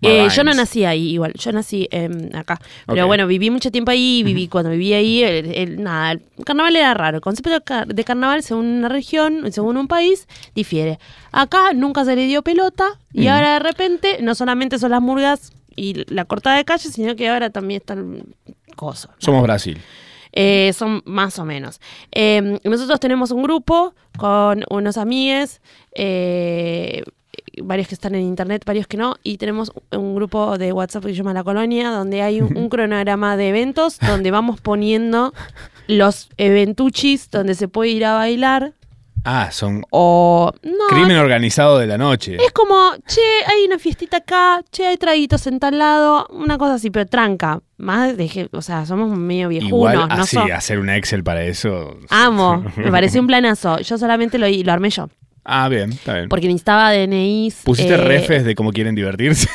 Speaker 3: Eh, yo no nací ahí igual, yo nací em, acá. Pero
Speaker 2: Ok.
Speaker 3: bueno, viví mucho tiempo ahí, viví cuando viví ahí, el, el- nada, el carnaval era raro. El concepto de car- de carnaval según una región, según un país, difiere. Acá nunca se le dio pelota y
Speaker 2: Mm.
Speaker 3: ahora de repente no solamente son las murgas y la cortada de calle, sino que ahora también están cosas.
Speaker 2: Somos Brasil.
Speaker 3: Eh, son más o menos. Eh, nosotros tenemos un grupo con unos amigues, eh, varios que están en internet, varios que no, y tenemos un grupo de WhatsApp que se llama La Colonia, donde hay un, un cronograma de eventos, donde vamos poniendo los eventuchis, donde se puede ir a bailar,
Speaker 2: Ah, son
Speaker 3: o... No,
Speaker 2: crimen organizado de la noche.
Speaker 3: es como, che, hay una fiestita acá, che, hay traguitos en tal lado, una cosa así, pero tranca. Más de, que- o sea, somos medio viejunos,
Speaker 2: Igual
Speaker 3: no Ah.
Speaker 2: así, ¿eh?
Speaker 3: so-
Speaker 2: hacer un Excel para eso.
Speaker 3: Amo, me pareció un planazo. Yo solamente lo, lo armé yo,
Speaker 2: Ah, bien, está bien.
Speaker 3: porque necesitaba DNIs.
Speaker 2: ¿Pusiste
Speaker 3: eh,
Speaker 2: refes de cómo quieren divertirse?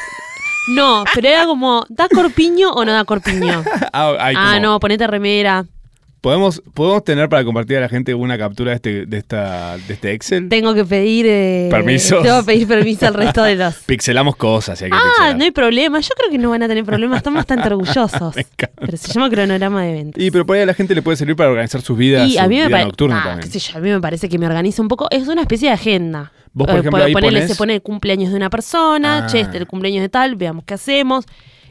Speaker 3: No, pero era como, ¿da corpiño o no da corpiño?
Speaker 2: ah, hay
Speaker 3: ah,
Speaker 2: como-
Speaker 3: no, ponete remera.
Speaker 2: ¿Podemos, podemos tener para compartir a la gente una captura de este, de esta, de este Excel.
Speaker 3: Tengo que pedir... eh,
Speaker 2: Permisos.
Speaker 3: Tengo que pedir permiso al resto de los...
Speaker 2: Pixelamos cosas. y hay que
Speaker 3: Ah,
Speaker 2: pixelar.
Speaker 3: no hay problema. Yo creo que no van a tener problemas. Están bastante orgullosos.
Speaker 2: Me encanta.
Speaker 3: Pero se llama cronograma de eventos.
Speaker 2: Y pero por ahí a la gente le puede servir para organizar sus vidas.
Speaker 3: Y a
Speaker 2: su
Speaker 3: mí me Ah,
Speaker 2: vida
Speaker 3: parece.
Speaker 2: nocturna también.
Speaker 3: a mí me parece que me organiza un poco. Es una especie de agenda.
Speaker 2: Vos, por
Speaker 3: Eh,
Speaker 2: ejemplo,
Speaker 3: pon-
Speaker 2: ahí
Speaker 3: ponele,
Speaker 2: ponés-
Speaker 3: se pone el cumpleaños de una persona,
Speaker 2: Ah.
Speaker 3: che, este el cumpleaños de tal, veamos qué hacemos.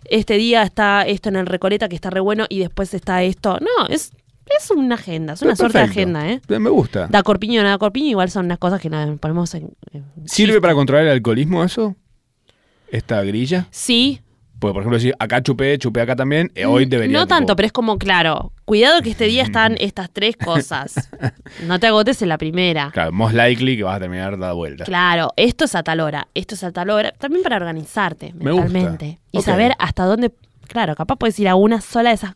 Speaker 3: Este día está esto en el Recoleta que está re bueno y después está esto. No, es, es una agenda, es una
Speaker 2: Está
Speaker 3: suerte de
Speaker 2: perfecto.
Speaker 3: agenda, ¿eh?
Speaker 2: Me gusta.
Speaker 3: Da corpiño, no da corpiño, igual son unas cosas que nos ponemos en. en-
Speaker 2: ¿Sirve para controlar el alcoholismo eso? ¿Esta grilla?
Speaker 3: Sí,
Speaker 2: Porque, por ejemplo, decir, acá chupé, chupé acá también, eh, hoy debería...
Speaker 3: Mm, No
Speaker 2: tipo-
Speaker 3: tanto, pero es como, claro, cuidado que este día están estas tres cosas. No te agotes en la primera.
Speaker 2: Claro, most likely que vas a terminar dada vuelta.
Speaker 3: Claro, esto es a tal hora, esto es a tal hora. También para organizarte
Speaker 2: Me gusta.
Speaker 3: mentalmente. Y
Speaker 2: Ok.
Speaker 3: saber hasta dónde. Claro, capaz puedes ir a una sola de esas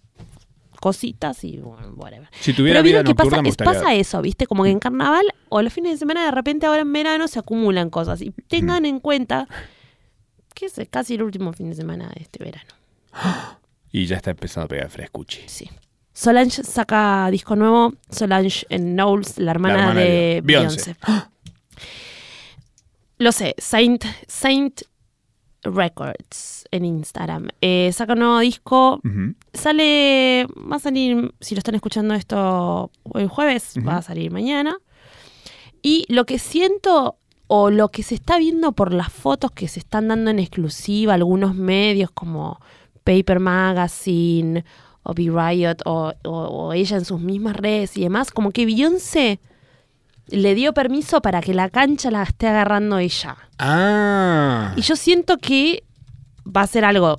Speaker 3: cositas y bueno, whatever.
Speaker 2: Si tuviera vida
Speaker 3: Pero vieron que
Speaker 2: nocturna
Speaker 3: pasa,
Speaker 2: me
Speaker 3: es-
Speaker 2: gustaría...
Speaker 3: pasa eso, ¿viste? Como que en carnaval o los fines de semana de repente ahora en verano se acumulan cosas. Y
Speaker 2: Mm.
Speaker 3: tengan en cuenta que es casi el último fin de semana de este verano.
Speaker 2: Y ya está empezando a pegar frescuchi.
Speaker 3: Sí. Solange saca disco nuevo, Solange en Knowles, la hermana,
Speaker 2: hermana
Speaker 3: de,
Speaker 2: de Beyoncé.
Speaker 3: Beyoncé. ¡Ah! Lo sé, Saint, Saint Records en Instagram. Eh, saca un nuevo disco,
Speaker 2: Ujú.
Speaker 3: sale, va a salir, si lo están escuchando esto el jueves,
Speaker 2: Ujú.
Speaker 3: va a salir mañana. Y lo que siento o lo que se está viendo por las fotos que se están dando en exclusiva algunos medios como Paper Magazine o B Riot o, o- o ella en sus mismas redes y demás, como que Beyoncé le dio permiso para que la cancha la esté agarrando ella.
Speaker 2: Ah.
Speaker 3: Y yo siento que va a ser algo,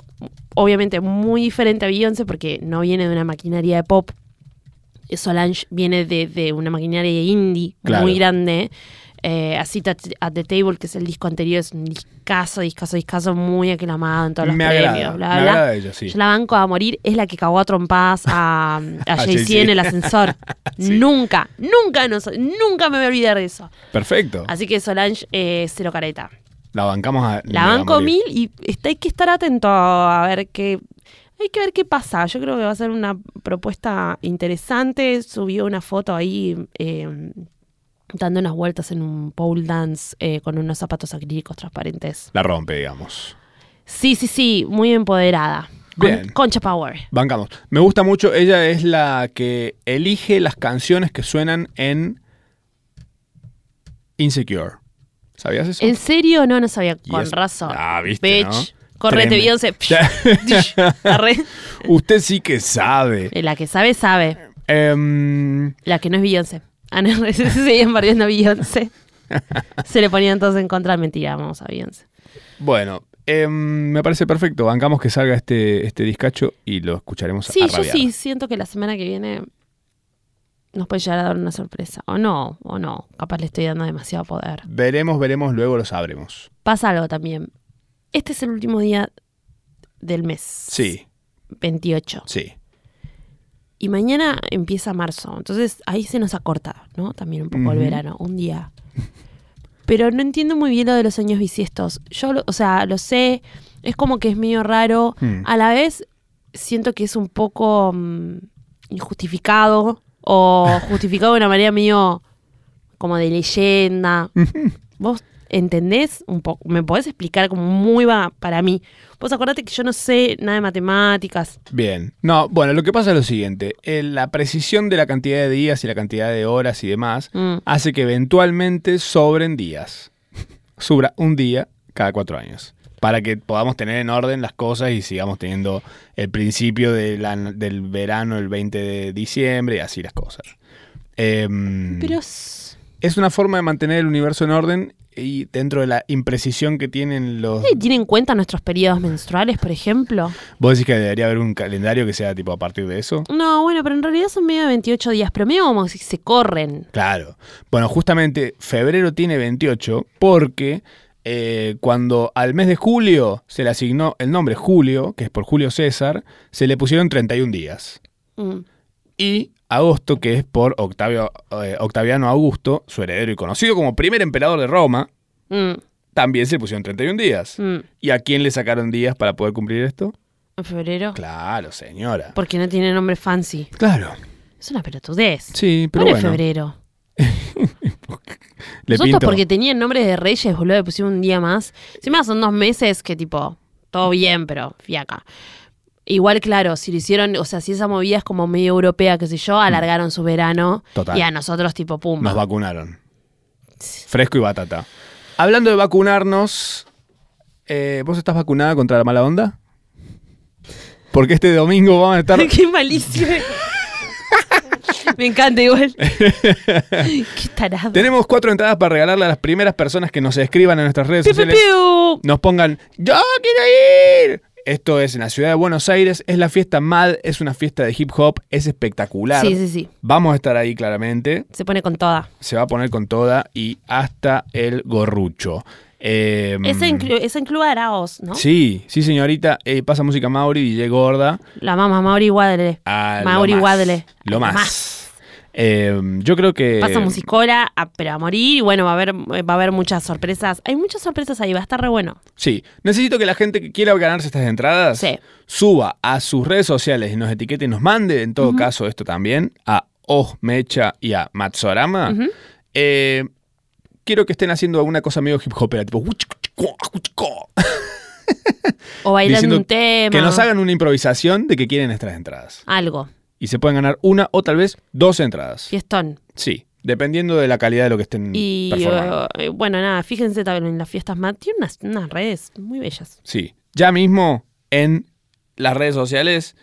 Speaker 3: obviamente, muy diferente a Beyoncé porque no viene de una maquinaria de pop. Solange viene de, de una maquinaria indie
Speaker 2: Claro.
Speaker 3: muy grande. Eh, A Seat at, at the Table, que es el disco anterior, es un discazo, discazo, discazo muy aclamado en todos los
Speaker 2: Me
Speaker 3: premios.
Speaker 2: agrada,
Speaker 3: bla,
Speaker 2: me
Speaker 3: bla.
Speaker 2: agrada ella, sí.
Speaker 3: Yo la banco a morir, es la que cagó a trompadas a, a
Speaker 2: A
Speaker 3: Jay-Z
Speaker 2: Jay-Z.
Speaker 3: en el ascensor.
Speaker 2: Sí.
Speaker 3: Nunca, nunca, nos- nunca me voy a olvidar de eso.
Speaker 2: Perfecto.
Speaker 3: Así que Solange, eh, cero careta.
Speaker 2: La bancamos a.
Speaker 3: La
Speaker 2: a
Speaker 3: banco
Speaker 2: morir.
Speaker 3: mil y está- hay que estar atento a ver qué. Hay que ver qué pasa. Yo creo que va a ser una propuesta interesante. Subió una foto ahí eh, dando unas vueltas en un pole dance eh, con unos zapatos acrílicos transparentes.
Speaker 2: La rompe, digamos.
Speaker 3: Sí, sí, sí, muy empoderada. Con-
Speaker 2: Bien.
Speaker 3: concha Power.
Speaker 2: Bancamos. Me gusta mucho. Ella es la que elige las canciones que suenan en Insecure. ¿Sabías eso?
Speaker 3: ¿En serio? No, no sabía. Con
Speaker 2: es-
Speaker 3: razón.
Speaker 2: Ah, viste,
Speaker 3: Bitch.
Speaker 2: ¿no?
Speaker 3: Correte,
Speaker 2: Tremendo.
Speaker 3: Beyoncé. Dish. Arre.
Speaker 2: Usted sí que sabe.
Speaker 3: La que sabe, sabe.
Speaker 2: Em,
Speaker 3: La que no es Beyoncé. Ah, no, se seguían bardeando a Beyoncé. Se le ponían todos en contra. Mentira, vamos a Beyoncé.
Speaker 2: bueno, em, me parece perfecto. Bancamos que salga este, este discacho y lo escucharemos
Speaker 3: Sí,
Speaker 2: a
Speaker 3: yo
Speaker 2: rabiar.
Speaker 3: sí siento que la semana que viene nos puede llegar a dar una sorpresa. O no, o no. Capaz le estoy dando demasiado poder.
Speaker 2: Veremos, veremos, luego lo sabremos.
Speaker 3: Pasa algo también. Este es el último día del mes.
Speaker 2: Sí,
Speaker 3: 28.
Speaker 2: sí.
Speaker 3: Y mañana empieza marzo. Entonces ahí se nos acorta, ¿no? También un poco el
Speaker 2: Ujú.
Speaker 3: verano, un día. Pero no entiendo muy bien lo de los años bisiestos. Yo, lo- o sea, lo sé, es como que es medio raro.
Speaker 2: Hmm.
Speaker 3: A la vez siento que es un poco mm, injustificado o justificado de una manera medio como de leyenda. ¿Vos entendés un poco? ¿Me podés explicar como muy va para mí? Vos acordate que yo no sé nada de matemáticas.
Speaker 2: Bien. No, bueno, lo que pasa es lo siguiente. Eh, la precisión de la cantidad de días y la cantidad de horas y demás
Speaker 3: Mm.
Speaker 2: hace que eventualmente sobren días. Sobra un día cada cuatro años. Para que podamos tener en orden las cosas y sigamos teniendo el principio de la- del verano, el 20 de diciembre, y así las cosas. Em,
Speaker 3: Pero es-
Speaker 2: es una forma de mantener el universo en orden y dentro de la imprecisión que tienen los...
Speaker 3: ¿Nadie tiene en cuenta nuestros periodos menstruales, por ejemplo?
Speaker 2: ¿Vos decís que debería haber un calendario que sea tipo a partir de eso?
Speaker 3: No, bueno, pero en realidad son medio de 28 días, pero medio como si se corren.
Speaker 2: Claro. Bueno, justamente febrero tiene 28 porque eh, cuando al mes de julio se le asignó el nombre Julio, que es por Julio César, se le pusieron 31 días.
Speaker 3: Mm.
Speaker 2: Y agosto, que es por Octavio, eh, Octaviano Augusto, su heredero y conocido como primer emperador de Roma,
Speaker 3: Mm.
Speaker 2: también se le pusieron 31 días.
Speaker 3: Mm.
Speaker 2: ¿Y a quién le sacaron días para poder cumplir esto?
Speaker 3: En febrero.
Speaker 2: Claro, señora.
Speaker 3: Porque no tiene nombre fancy.
Speaker 2: Claro.
Speaker 3: Es una pelotudez.
Speaker 2: Sí, pero
Speaker 3: Bueno, en
Speaker 2: bueno.
Speaker 3: febrero.
Speaker 2: Le
Speaker 3: Nosotros
Speaker 2: pinto.
Speaker 3: porque tenían nombres de reyes, boludo, le pusieron un día más. Encima son dos meses que tipo, todo bien, pero fiaca. Igual, claro, si lo hicieron, o sea, si esa movida es como medio europea, qué sé yo, alargaron su verano.
Speaker 2: Mm. Total.
Speaker 3: Y a nosotros tipo, pum.
Speaker 2: Nos vacunaron. Fresco y batata. Hablando de vacunarnos, eh, ¿vos estás vacunada contra la mala onda? Porque este domingo vamos a estar.
Speaker 3: Qué malicio. Me encanta igual. Qué tarado.
Speaker 2: Tenemos cuatro entradas para regalarle a las primeras personas que nos escriban en nuestras redes
Speaker 3: Piu, piu,
Speaker 2: sociales.
Speaker 3: piu.
Speaker 2: Nos pongan ¡Yo quiero ir! Esto es en la ciudad de Buenos Aires, es la fiesta MAD, es una fiesta de hip hop, es espectacular.
Speaker 3: Sí, sí, sí.
Speaker 2: Vamos a estar ahí claramente.
Speaker 3: Se pone con toda.
Speaker 2: Se va a poner con toda y hasta el gorrucho. Eh,
Speaker 3: Esa en, Clu- esa en Club Araos, ¿no?
Speaker 2: Sí, sí, señorita. Eh, pasa música Mauri, DJ Gorda.
Speaker 3: La mamá Mauri eh. Wadle.
Speaker 2: a lo
Speaker 3: Mauri
Speaker 2: más.
Speaker 3: Wadle.
Speaker 2: Lo más.
Speaker 3: Más.
Speaker 2: Eh, yo creo que.
Speaker 3: Pasa musicola, a- pero a morir. Y bueno, va a haber, eh, va a haber muchas sorpresas. Hay muchas sorpresas ahí, va a estar re bueno.
Speaker 2: Sí. Necesito que la gente que quiera ganarse estas entradas
Speaker 3: Sí.
Speaker 2: suba a sus redes sociales y nos etiquete y nos mande, en todo caso, esto también, a Osmecha y a Matsorama. Eh, quiero que estén haciendo alguna cosa medio hip hopera, tipo.
Speaker 3: O bailando
Speaker 2: diciendo
Speaker 3: un tema.
Speaker 2: Que nos hagan una improvisación de que quieren estas entradas.
Speaker 3: Algo.
Speaker 2: Y se pueden ganar una o tal vez dos entradas.
Speaker 3: Fiestón.
Speaker 2: Sí, dependiendo de la calidad de lo que estén
Speaker 3: Y
Speaker 2: performando.
Speaker 3: eh, bueno, nada, fíjense también en las fiestas más. Tiene unas, unas redes muy bellas.
Speaker 2: sí, ya mismo en las redes sociales,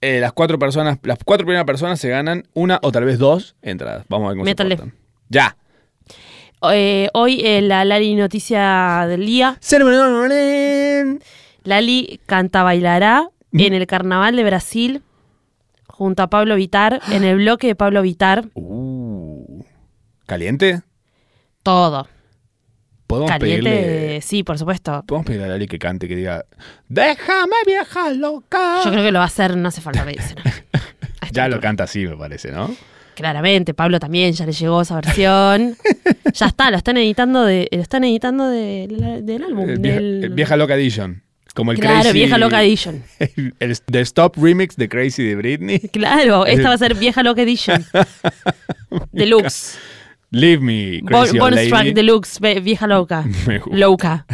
Speaker 2: eh, las cuatro personas, las cuatro primeras personas se ganan una o tal vez dos entradas. Vamos a ver cómo se
Speaker 3: Métale.
Speaker 2: portan. Ya.
Speaker 3: eh, hoy en la Lali Noticia del Día, Lali canta bailará
Speaker 2: Mm.
Speaker 3: en el Carnaval de Brasil junto a Pablo Vitar, en el bloque de Pablo Vitar,
Speaker 2: Uh, ¿Caliente?
Speaker 3: todo.
Speaker 2: ¿Podemos
Speaker 3: Caliente,
Speaker 2: pedirle,
Speaker 3: sí, por supuesto.
Speaker 2: ¿Podemos pedirle a Lali que cante, que diga, déjame vieja loca?
Speaker 3: Yo creo que lo va a hacer, no hace falta reírse.
Speaker 2: Ya lo canta así, me parece, ¿no?
Speaker 3: Claramente, Pablo también ya le llegó esa versión. ya está, lo están editando de, lo están editando de- de- del álbum.
Speaker 2: Eh, vieja,
Speaker 3: del-
Speaker 2: eh, Vieja Loca Edition. Como el
Speaker 3: claro,
Speaker 2: Crazy.
Speaker 3: Vieja Loca Edition.
Speaker 2: El, The Stop Remix de Crazy de Britney.
Speaker 3: Claro, esta va a ser Vieja Loca Edition. Deluxe.
Speaker 2: Leave me,
Speaker 3: Bon-
Speaker 2: Crazy old
Speaker 3: bonus
Speaker 2: lady.
Speaker 3: track deluxe, ve- Vieja Loca.
Speaker 2: Me gusta.
Speaker 3: Loca.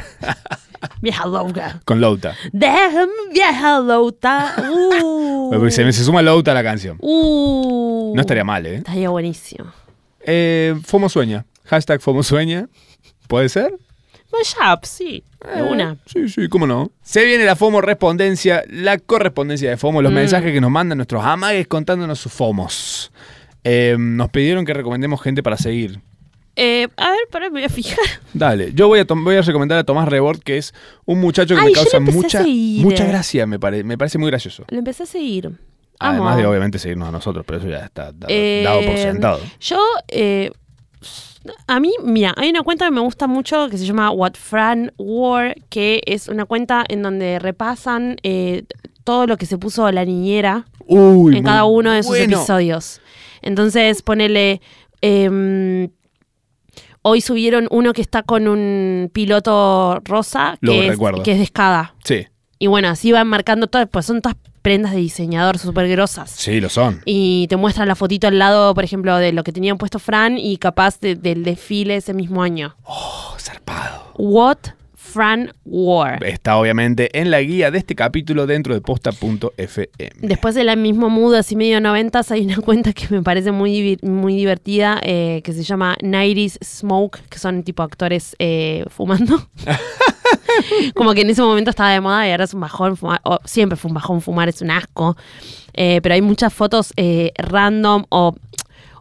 Speaker 3: vieja Loca.
Speaker 2: Con Louta.
Speaker 3: Déjame vieja Loca. Uh.
Speaker 2: pues, Se, me- se suma Louta a la canción.
Speaker 3: Uh.
Speaker 2: No estaría mal, ¿eh?
Speaker 3: Estaría buenísimo.
Speaker 2: Eh, Fomo Sueña. Hashtag Fomo Sueña. ¿Puede ser?
Speaker 3: Mashup, sí.
Speaker 2: Eh.
Speaker 3: de Una.
Speaker 2: Sí, sí, cómo no. Se viene la FOMO respondencia, la correspondencia de FOMO, los
Speaker 3: Mm.
Speaker 2: mensajes que nos mandan nuestros amagues contándonos sus FOMOs. Eh, nos pidieron que recomendemos gente para seguir.
Speaker 3: Eh, a ver, pará, me voy a fijar.
Speaker 2: Dale, yo voy a, tom- voy a recomendar a Tomás Rebord, que es un muchacho que
Speaker 3: Ay,
Speaker 2: me
Speaker 3: yo lo
Speaker 2: causa
Speaker 3: empecé a
Speaker 2: mucha,
Speaker 3: seguir.
Speaker 2: mucha gracia, me, pare- me parece muy gracioso.
Speaker 3: Lo empecé a seguir. Amo.
Speaker 2: Además de obviamente seguirnos a nosotros, pero eso ya está dado,
Speaker 3: Eh,
Speaker 2: dado por sentado.
Speaker 3: Yo, eh, a mí, mira, hay una cuenta que me gusta mucho que se llama What Fran Wore, que es una cuenta en donde repasan eh, todo lo que se puso la niñera
Speaker 2: Uy, muy
Speaker 3: en cada uno de sus
Speaker 2: bueno.
Speaker 3: episodios. Entonces, ponele. em, hoy subieron uno que está con un piloto rosa
Speaker 2: Lo
Speaker 3: que, es,
Speaker 2: recuerdo.
Speaker 3: que es de escada.
Speaker 2: Sí,
Speaker 3: Y bueno, así van marcando todas, pues son todas prendas de diseñador súper grosas.
Speaker 2: sí, lo son.
Speaker 3: Y te muestra la fotito al lado, por ejemplo, de lo que tenían puesto Fran y capaz de- del desfile ese mismo año.
Speaker 2: Oh, zarpado.
Speaker 3: What Fran wore.
Speaker 2: Está obviamente en la guía de este capítulo dentro de posta.fm.
Speaker 3: Después del mismo mood, así medio noventas, hay una cuenta que me parece muy, divi- muy divertida eh, que se llama 90s Smoke, que son tipo actores eh, fumando. Como que en ese momento estaba de moda y ahora es un bajón fumar, o siempre fue un bajón fumar, es un asco. Eh, pero hay muchas fotos eh, random o,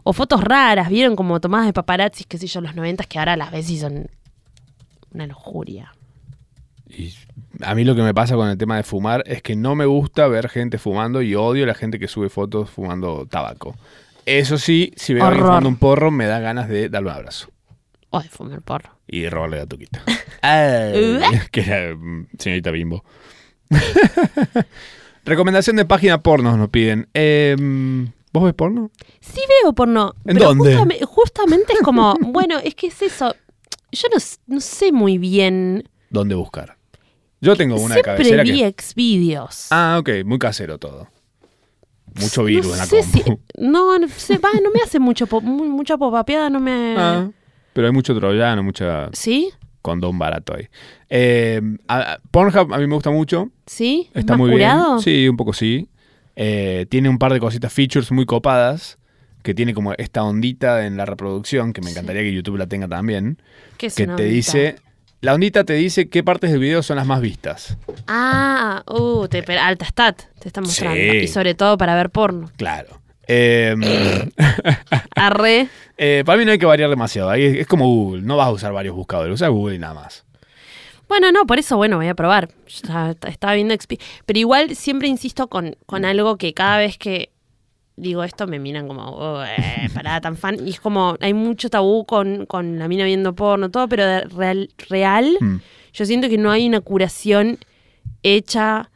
Speaker 3: o fotos raras, ¿vieron? Como tomadas de paparazzis, qué sé yo, en los noventas, que ahora las ves y son una lujuria.
Speaker 2: Y a mí lo que me pasa con el tema de fumar es que no me gusta ver gente fumando y odio la gente que sube fotos fumando tabaco. Eso sí, si veo a alguien
Speaker 3: Horror.
Speaker 2: fumando un porro, me da ganas de darle un abrazo
Speaker 3: O de fumar porro.
Speaker 2: y robarle la tuquita.
Speaker 3: Ah.
Speaker 2: Ay, que era mm, señorita Bimbo. Recomendación de página porno nos piden. Eh, ¿Vos ves porno?
Speaker 3: Sí veo porno.
Speaker 2: ¿En
Speaker 3: pero
Speaker 2: dónde?
Speaker 3: justame- justamente es como, bueno, es que es eso. Yo no, s- no sé muy bien.
Speaker 2: ¿Dónde buscar? Yo tengo una de
Speaker 3: Siempre
Speaker 2: cabecera
Speaker 3: vi
Speaker 2: que...
Speaker 3: exvideos.
Speaker 2: Ah, ok, muy casero todo. Mucho
Speaker 3: No
Speaker 2: virus en la
Speaker 3: sé
Speaker 2: compu.
Speaker 3: si- no, no sé, va, no me hace mucho po- mu- mucha popapeada, no me.
Speaker 2: Ah, pero hay mucho troyano, mucha
Speaker 3: ¿Sí?
Speaker 2: condón barato ahí. Eh, a- a- Pornhub a mí me gusta mucho.
Speaker 3: ¿Sí? ¿Es
Speaker 2: Está
Speaker 3: más
Speaker 2: muy
Speaker 3: curado?
Speaker 2: bien. Sí, un poco sí. Eh, tiene un par de cositas, features muy copadas, que tiene como esta ondita en la reproducción, que me encantaría que YouTube la tenga también,
Speaker 3: ¿Qué es
Speaker 2: que te
Speaker 3: una ondita?
Speaker 2: dice... La ondita te dice qué partes del video son las más vistas.
Speaker 3: Ah, uh, te, pero alta stat te está mostrando.
Speaker 2: Sí.
Speaker 3: Y sobre todo para ver porno.
Speaker 2: Claro. Eh,
Speaker 3: Arre.
Speaker 2: eh, para mí no hay que variar demasiado. Ahí es, es como Google. No vas a usar varios buscadores. Usa Google y nada más.
Speaker 3: Bueno, no, por eso, bueno, voy a probar. Ya t- Estaba viendo expi- Pero igual siempre insisto con, con
Speaker 2: Mm.
Speaker 3: algo que cada vez que digo esto me miran como, "Oh, eh, pará, tan fan. Y es como, hay mucho tabú con, con la mina viendo porno, todo, pero de real, real
Speaker 2: Mm.
Speaker 3: yo siento que no hay una curación hecha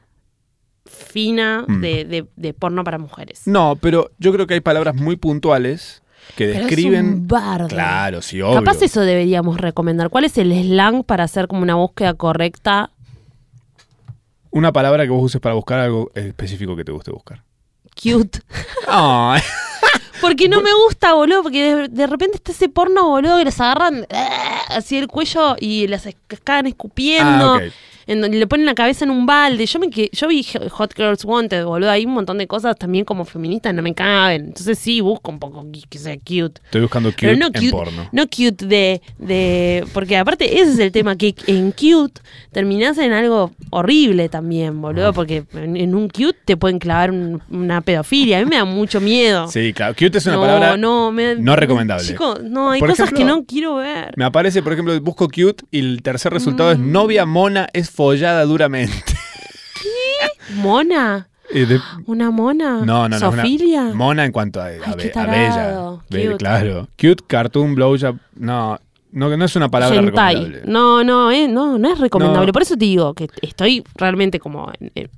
Speaker 3: fina
Speaker 2: Mm.
Speaker 3: de, de- de porno para mujeres.
Speaker 2: No, pero yo creo que hay palabras muy puntuales que
Speaker 3: Pero
Speaker 2: describen.
Speaker 3: es un bardo.
Speaker 2: Claro, sí, obvio.
Speaker 3: Capaz eso deberíamos recomendar. ¿Cuál es el slang para hacer como una búsqueda correcta?
Speaker 2: Una palabra que vos uses para buscar algo específico que te guste buscar.
Speaker 3: Cute.
Speaker 2: Ay,
Speaker 3: Porque no me gusta, boludo, porque de, de repente está ese porno, boludo, que las agarran ah, así el cuello y las escacan escupiendo.
Speaker 2: Ah, ok.
Speaker 3: en donde le ponen la cabeza en un balde. Yo me que yo vi Hot Girls Wanted, boludo, hay un montón de cosas también como feministas no me caben. Entonces sí, busco un poco que- que sea cute.
Speaker 2: Estoy buscando cute
Speaker 3: Pero no
Speaker 2: en
Speaker 3: cute,
Speaker 2: porno.
Speaker 3: no cute de, de. Porque aparte, ese es el tema, que en cute terminás en algo horrible también,
Speaker 2: Ah.
Speaker 3: boludo. Porque en, en un cute te pueden clavar un- una pedofilia. A mí me da mucho miedo.
Speaker 2: Sí, claro. Cute es una
Speaker 3: no,
Speaker 2: palabra.
Speaker 3: no, me-
Speaker 2: no recomendable.
Speaker 3: Chico, no, hay
Speaker 2: Por
Speaker 3: cosas que
Speaker 2: ejemplo,
Speaker 3: no quiero ver.
Speaker 2: Me aparece, por ejemplo, busco cute y el tercer resultado es
Speaker 3: Mm.
Speaker 2: novia mona es follada duramente.
Speaker 3: Mona.
Speaker 2: Y de-
Speaker 3: ¿Una mona?
Speaker 2: No, no, no. es una-
Speaker 3: Ah, ¿Sofilia?
Speaker 2: mona en cuanto a, a,
Speaker 3: qué
Speaker 2: be- a
Speaker 3: tarado.
Speaker 2: bella. Be-
Speaker 3: Cute.
Speaker 2: claro. Cute, cartoon, blowjob. No, no, no es una palabra
Speaker 3: Hentai.
Speaker 2: recomendable.
Speaker 3: No, no, eh, no, no es recomendable.
Speaker 2: No.
Speaker 3: Por eso te digo que estoy realmente como. en- en-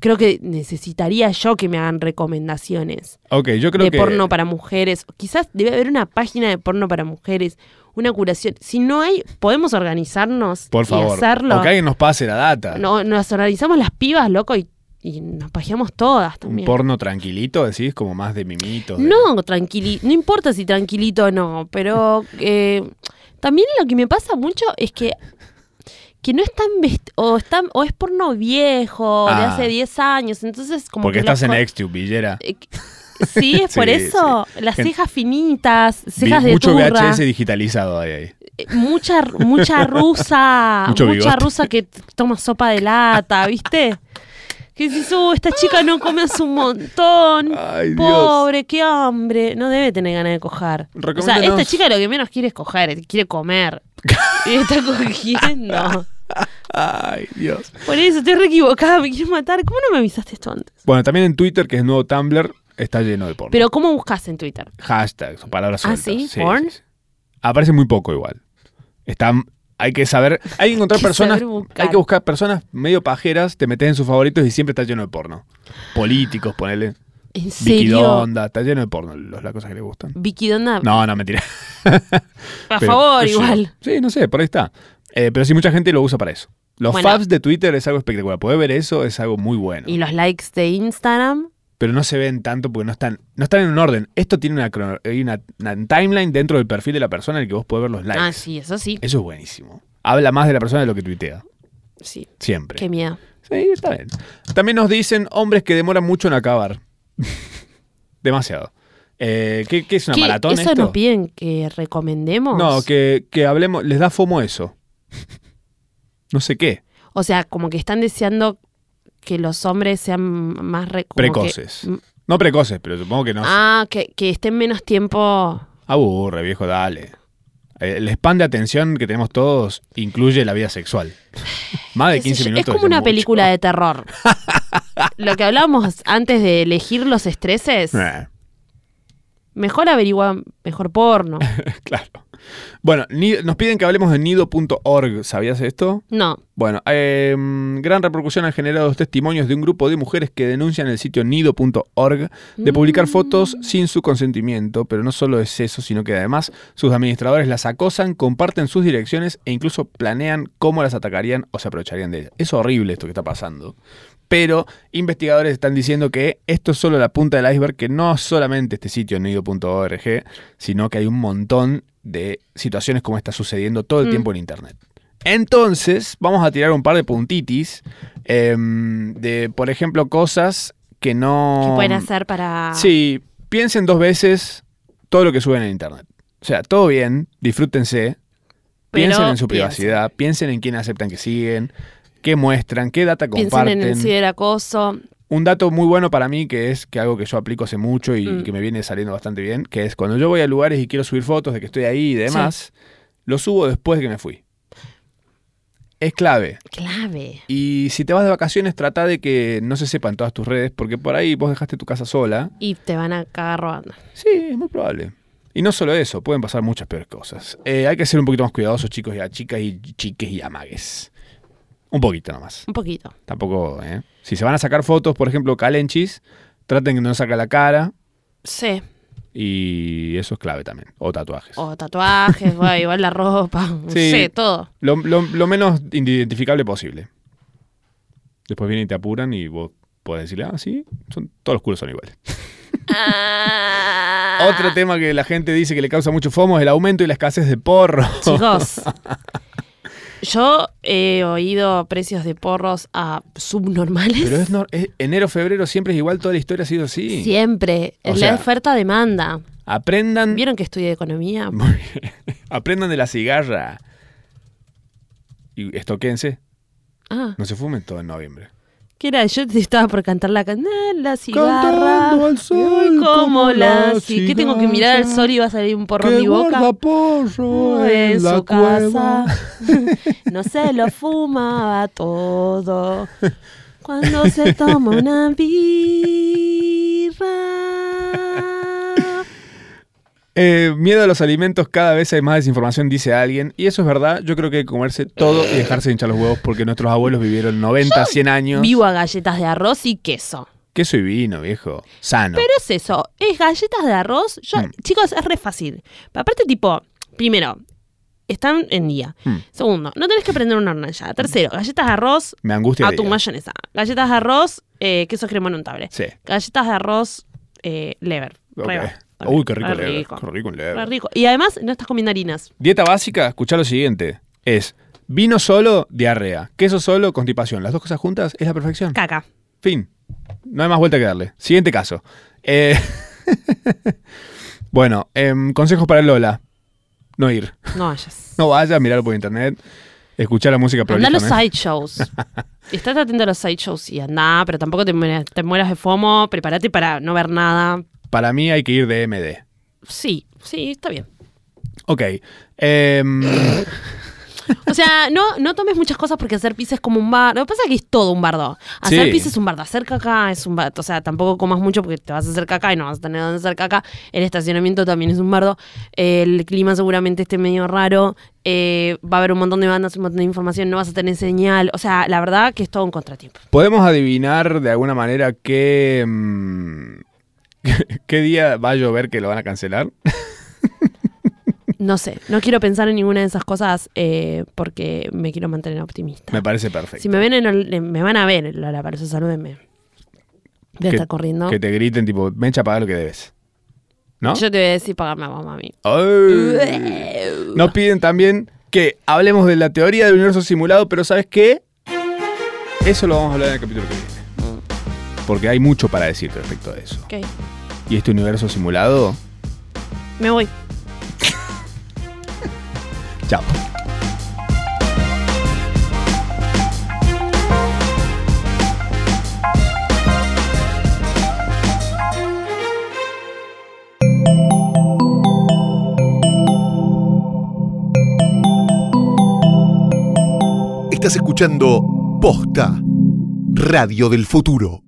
Speaker 3: creo que necesitaría yo que me hagan recomendaciones
Speaker 2: Ok, yo creo
Speaker 3: de
Speaker 2: que.
Speaker 3: porno para mujeres. Quizás debe haber una página de porno para mujeres, una curación. Si no hay, podemos organizarnos
Speaker 2: Por favor.
Speaker 3: y hacerlo.
Speaker 2: O que alguien nos pase la data.
Speaker 3: No, nos organizamos las pibas, loco, y, y nos pajeamos todas
Speaker 2: Un
Speaker 3: también.
Speaker 2: porno tranquilito, decís, como más de mimitos. de-
Speaker 3: No, tranquili no importa si tranquilito o no, pero eh, también lo que me pasa mucho es que que no están vest- o están o es porno viejo de
Speaker 2: Ah.
Speaker 3: hace 10 años, entonces como
Speaker 2: Porque
Speaker 3: que los
Speaker 2: estás en
Speaker 3: co-
Speaker 2: Xtube, Villera.
Speaker 3: eh, Sí, es por
Speaker 2: Sí,
Speaker 3: eso. Las
Speaker 2: Gen-
Speaker 3: cejas finitas, cejas
Speaker 2: Vi-
Speaker 3: de
Speaker 2: mucho
Speaker 3: turra,
Speaker 2: VHS digitalizado ahí. ahí.
Speaker 3: eh, mucha mucha rusa,
Speaker 2: Mucho
Speaker 3: mucha
Speaker 2: bigote.
Speaker 3: rusa que t- toma sopa de lata, ¿viste? Que dices, "Uh, esta chica no come hace un montón.
Speaker 2: Ay,
Speaker 3: Pobre, qué hambre. No debe tener ganas de cojar. O sea,
Speaker 2: Recomiéndanos.
Speaker 3: esta chica lo que menos quiere es coger, quiere comer. y está cogiendo.
Speaker 2: Ay, Dios.
Speaker 3: Por eso estoy re equivocada, me quiero matar. ¿Cómo no me avisaste esto antes?
Speaker 2: Bueno, también en Twitter, que es nuevo Tumblr, está lleno de porno.
Speaker 3: Pero ¿cómo buscas en Twitter?
Speaker 2: Hashtags o palabras
Speaker 3: Ah,
Speaker 2: sueltas.
Speaker 3: ¿sí? ¿Porn?
Speaker 2: Aparece muy poco igual. Está, hay que saber, hay que encontrar
Speaker 3: Hay que
Speaker 2: personas,
Speaker 3: saber buscar.
Speaker 2: hay que buscar personas medio pajeras, te metes en sus favoritos y siempre está lleno de porno. Políticos, ponele.
Speaker 3: ¿En
Speaker 2: Vicky
Speaker 3: serio?
Speaker 2: Donda, está lleno de porno, los- las cosas que le gustan.
Speaker 3: Vicky Donda,
Speaker 2: No, no, mentira.
Speaker 3: a
Speaker 2: Pero,
Speaker 3: favor,
Speaker 2: qué sé yo.
Speaker 3: igual.
Speaker 2: Sí, no sé, por ahí está. Eh, pero sí, mucha gente lo usa para eso. Los
Speaker 3: Bueno.
Speaker 2: fabs de Twitter es algo espectacular. Poder ver eso es algo muy bueno.
Speaker 3: ¿Y los likes de Instagram?
Speaker 2: Pero no se ven tanto porque no están, no están en un orden. Esto tiene una, crono- hay una, una timeline dentro del perfil de la persona en el que vos podés ver los likes.
Speaker 3: Ah, sí, eso sí.
Speaker 2: Eso es buenísimo. Habla más de la persona de lo que tuitea.
Speaker 3: Sí,
Speaker 2: Siempre.
Speaker 3: qué miedo.
Speaker 2: Sí, está bien. También nos dicen hombres que demoran mucho en acabar. Demasiado. Eh, ¿qué, qué es una
Speaker 3: ¿Qué?
Speaker 2: maratón
Speaker 3: ¿Eso
Speaker 2: esto?
Speaker 3: nos piden que recomendemos?
Speaker 2: No, que, que hablemos. Les da fomo eso. No sé qué.
Speaker 3: O sea, como que están deseando que los hombres sean más... re- como que-
Speaker 2: Precoces. No precoces, pero supongo que no. Ah,
Speaker 3: Ah, que, que estén menos tiempo.
Speaker 2: Aburre, viejo, dale. Eh, El spam de atención que tenemos todos incluye la vida sexual. Más de
Speaker 3: qué sé
Speaker 2: 15
Speaker 3: yo,
Speaker 2: minutos.
Speaker 3: es como
Speaker 2: ya
Speaker 3: una
Speaker 2: mucho.
Speaker 3: película de terror. Lo que hablábamos antes de elegir los estreses,
Speaker 2: Eh,
Speaker 3: mejor averigua mejor porno.
Speaker 2: claro. Bueno, ni- nos piden que hablemos de nido.org. ¿Sabías esto?
Speaker 3: No,
Speaker 2: Bueno, eh, gran repercusión han generado los testimonios de un grupo de mujeres que denuncian el sitio nido.org de publicar fotos sin su consentimiento, pero no solo es eso, sino que además sus administradores las acosan, comparten sus direcciones e incluso planean cómo las atacarían o se aprovecharían de ellas. Es horrible esto que está pasando. Pero investigadores están diciendo que esto es solo la punta del iceberg, que no solamente este sitio nido.org, sino que hay un montón de situaciones como está sucediendo todo el
Speaker 3: Mm.
Speaker 2: tiempo en Internet. Entonces, vamos a tirar un par de puntitis em, de, por ejemplo, cosas que no...
Speaker 3: ¿qué pueden hacer para...?
Speaker 2: Mm. Sí, piensen dos veces todo lo que suben en Internet. O sea, todo bien, disfrútense,
Speaker 3: Pero
Speaker 2: piensen en su
Speaker 3: piensen.
Speaker 2: privacidad, piensen en quién aceptan que siguen, qué muestran, qué data
Speaker 3: Piensen
Speaker 2: comparten.
Speaker 3: en el ciberacoso.
Speaker 2: Un dato muy bueno para mí, que es que algo que yo aplico hace mucho y
Speaker 3: Mm.
Speaker 2: que me viene saliendo bastante bien, que es cuando yo voy a lugares y quiero subir fotos de que estoy ahí y demás, lo subo después de que me fui. Es clave.
Speaker 3: Clave.
Speaker 2: Y si te vas de vacaciones, trata de que no se sepan todas tus redes, porque por ahí vos dejaste tu casa sola.
Speaker 3: Y te van a cagar robando.
Speaker 2: Sí, es muy probable. Y no solo eso, pueden pasar muchas peores cosas. Eh, hay que ser un poquito más cuidadosos, chicos y a chicas y chiques y amagues. Un poquito nomás.
Speaker 3: Un poquito.
Speaker 2: Tampoco, ¿eh? Si se van a sacar fotos, por ejemplo, calenchis, traten que no saca la cara.
Speaker 3: Sí.
Speaker 2: Y eso es clave también. O tatuajes.
Speaker 3: O tatuajes, bueno, igual la ropa.
Speaker 2: Sí.
Speaker 3: Sí, todo.
Speaker 2: Lo, lo- lo menos identificable posible. Después vienen y te apuran y vos podés decirle, ah, sí, son, todos los culos son iguales.
Speaker 3: Ah.
Speaker 2: Otro tema que la gente dice que le causa mucho fomo es el aumento y la escasez de porro.
Speaker 3: Chicos, Yo he oído precios de porros a subnormales.
Speaker 2: Pero es, nor- es- enero, febrero siempre es igual, toda la historia ha sido así.
Speaker 3: Siempre.
Speaker 2: O
Speaker 3: Es
Speaker 2: sea-
Speaker 3: la oferta-demanda.
Speaker 2: Aprendan.
Speaker 3: ¿Vieron que estudié economía?
Speaker 2: Muy bien. Aprendan de la cigarra. Y estoquense.
Speaker 3: Ah,
Speaker 2: No se fumen todo en noviembre.
Speaker 3: ¿qué era? Yo estaba por cantar la can- eh, la cigarra.
Speaker 2: Cantando al sol
Speaker 3: Uy,
Speaker 2: como
Speaker 3: como
Speaker 2: la
Speaker 3: la ci- ¿Qué tengo que mirar al
Speaker 2: cigarra
Speaker 3: sol y va a salir un porro en
Speaker 2: Que
Speaker 3: mi boca?
Speaker 2: guarda porro
Speaker 3: en
Speaker 2: en la
Speaker 3: su
Speaker 2: cueva.
Speaker 3: casa. No se lo fumaba todo. Cuando se toma una birra.
Speaker 2: Eh, miedo a los alimentos, cada vez hay más desinformación, dice alguien. Y eso es verdad, yo creo que hay que comerse todo y dejarse de hinchar los huevos porque nuestros abuelos vivieron 90, 100 años.
Speaker 3: Vivo a galletas de arroz y queso.
Speaker 2: Queso y vino, viejo. Sano.
Speaker 3: Pero es eso, es galletas de arroz. Yo-
Speaker 2: Mm.
Speaker 3: Chicos, es re fácil. Aparte, tipo, primero, están en día.
Speaker 2: Mm.
Speaker 3: Segundo, no tenés que prender una hornalla. Tercero, galletas de arroz
Speaker 2: Me angustia.
Speaker 3: a
Speaker 2: el
Speaker 3: tu
Speaker 2: día.
Speaker 3: mayonesa. Galletas de arroz, eh, queso crema en untable.
Speaker 2: Sí.
Speaker 3: Galletas de arroz, eh, lever.
Speaker 2: ok.
Speaker 3: Reba.
Speaker 2: Uy, qué rico,
Speaker 3: Re
Speaker 2: lever.
Speaker 3: rico.
Speaker 2: Qué rico un lever.
Speaker 3: Re rico. Y además no estás comiendo harinas.
Speaker 2: Dieta básica, escuchá lo siguiente. Es vino solo, diarrea. Queso solo, constipación. Las dos cosas juntas es la perfección.
Speaker 3: Caca.
Speaker 2: Fin. No hay más vuelta que darle. Siguiente caso. Eh, bueno, em, consejos para Lola. No ir.
Speaker 3: No vayas.
Speaker 2: No vaya, mirarlo por internet. Escuchar la música
Speaker 3: Andá a los
Speaker 2: prolija, ¿no? ¿eh?
Speaker 3: sideshows. Estás atento a los sideshows y andá, pero tampoco te mueras, te mueras de FOMO. Prepárate para no ver nada.
Speaker 2: Para mí hay que ir de MD.
Speaker 3: Sí, sí, está bien.
Speaker 2: Ok. em,
Speaker 3: O sea, no, no tomes muchas cosas porque hacer pis es como un bar. Lo que pasa es que es todo un bardo. Hacer
Speaker 2: Sí.
Speaker 3: pis es un bardo. Hacer caca es un bardo. O sea, tampoco comas mucho porque te vas a hacer caca y no vas a tener dónde hacer caca. El estacionamiento también es un bardo. El clima seguramente esté medio raro. Eh, va a haber un montón de bandas, un montón de información. No vas a tener señal. O sea, la verdad que es todo un contratiempo.
Speaker 2: ¿Podemos adivinar de alguna manera qué, em, qué día va a llover que lo van a cancelar?
Speaker 3: No sé, no quiero pensar en ninguna de esas cosas eh, porque me quiero mantener optimista.
Speaker 2: Me parece perfecto.
Speaker 3: Si me ven en el- en- me van a ver en Lola Palusa, salúdenme. Voy a
Speaker 2: Que-
Speaker 3: estar corriendo.
Speaker 2: Que te griten, tipo, me echa pagar lo que debes. ¿No?
Speaker 3: Yo te voy a decir pagame a vos, mami.
Speaker 2: ¡Ay! Nos piden también que hablemos de la teoría del universo simulado, pero ¿sabes qué? Eso lo vamos a hablar en el capítulo que viene. Porque hay mucho para decir respecto a eso.
Speaker 3: Ok,
Speaker 2: Y este universo simulado,
Speaker 3: me voy.
Speaker 2: chao.
Speaker 1: Estás escuchando Posta, Radio del Futuro.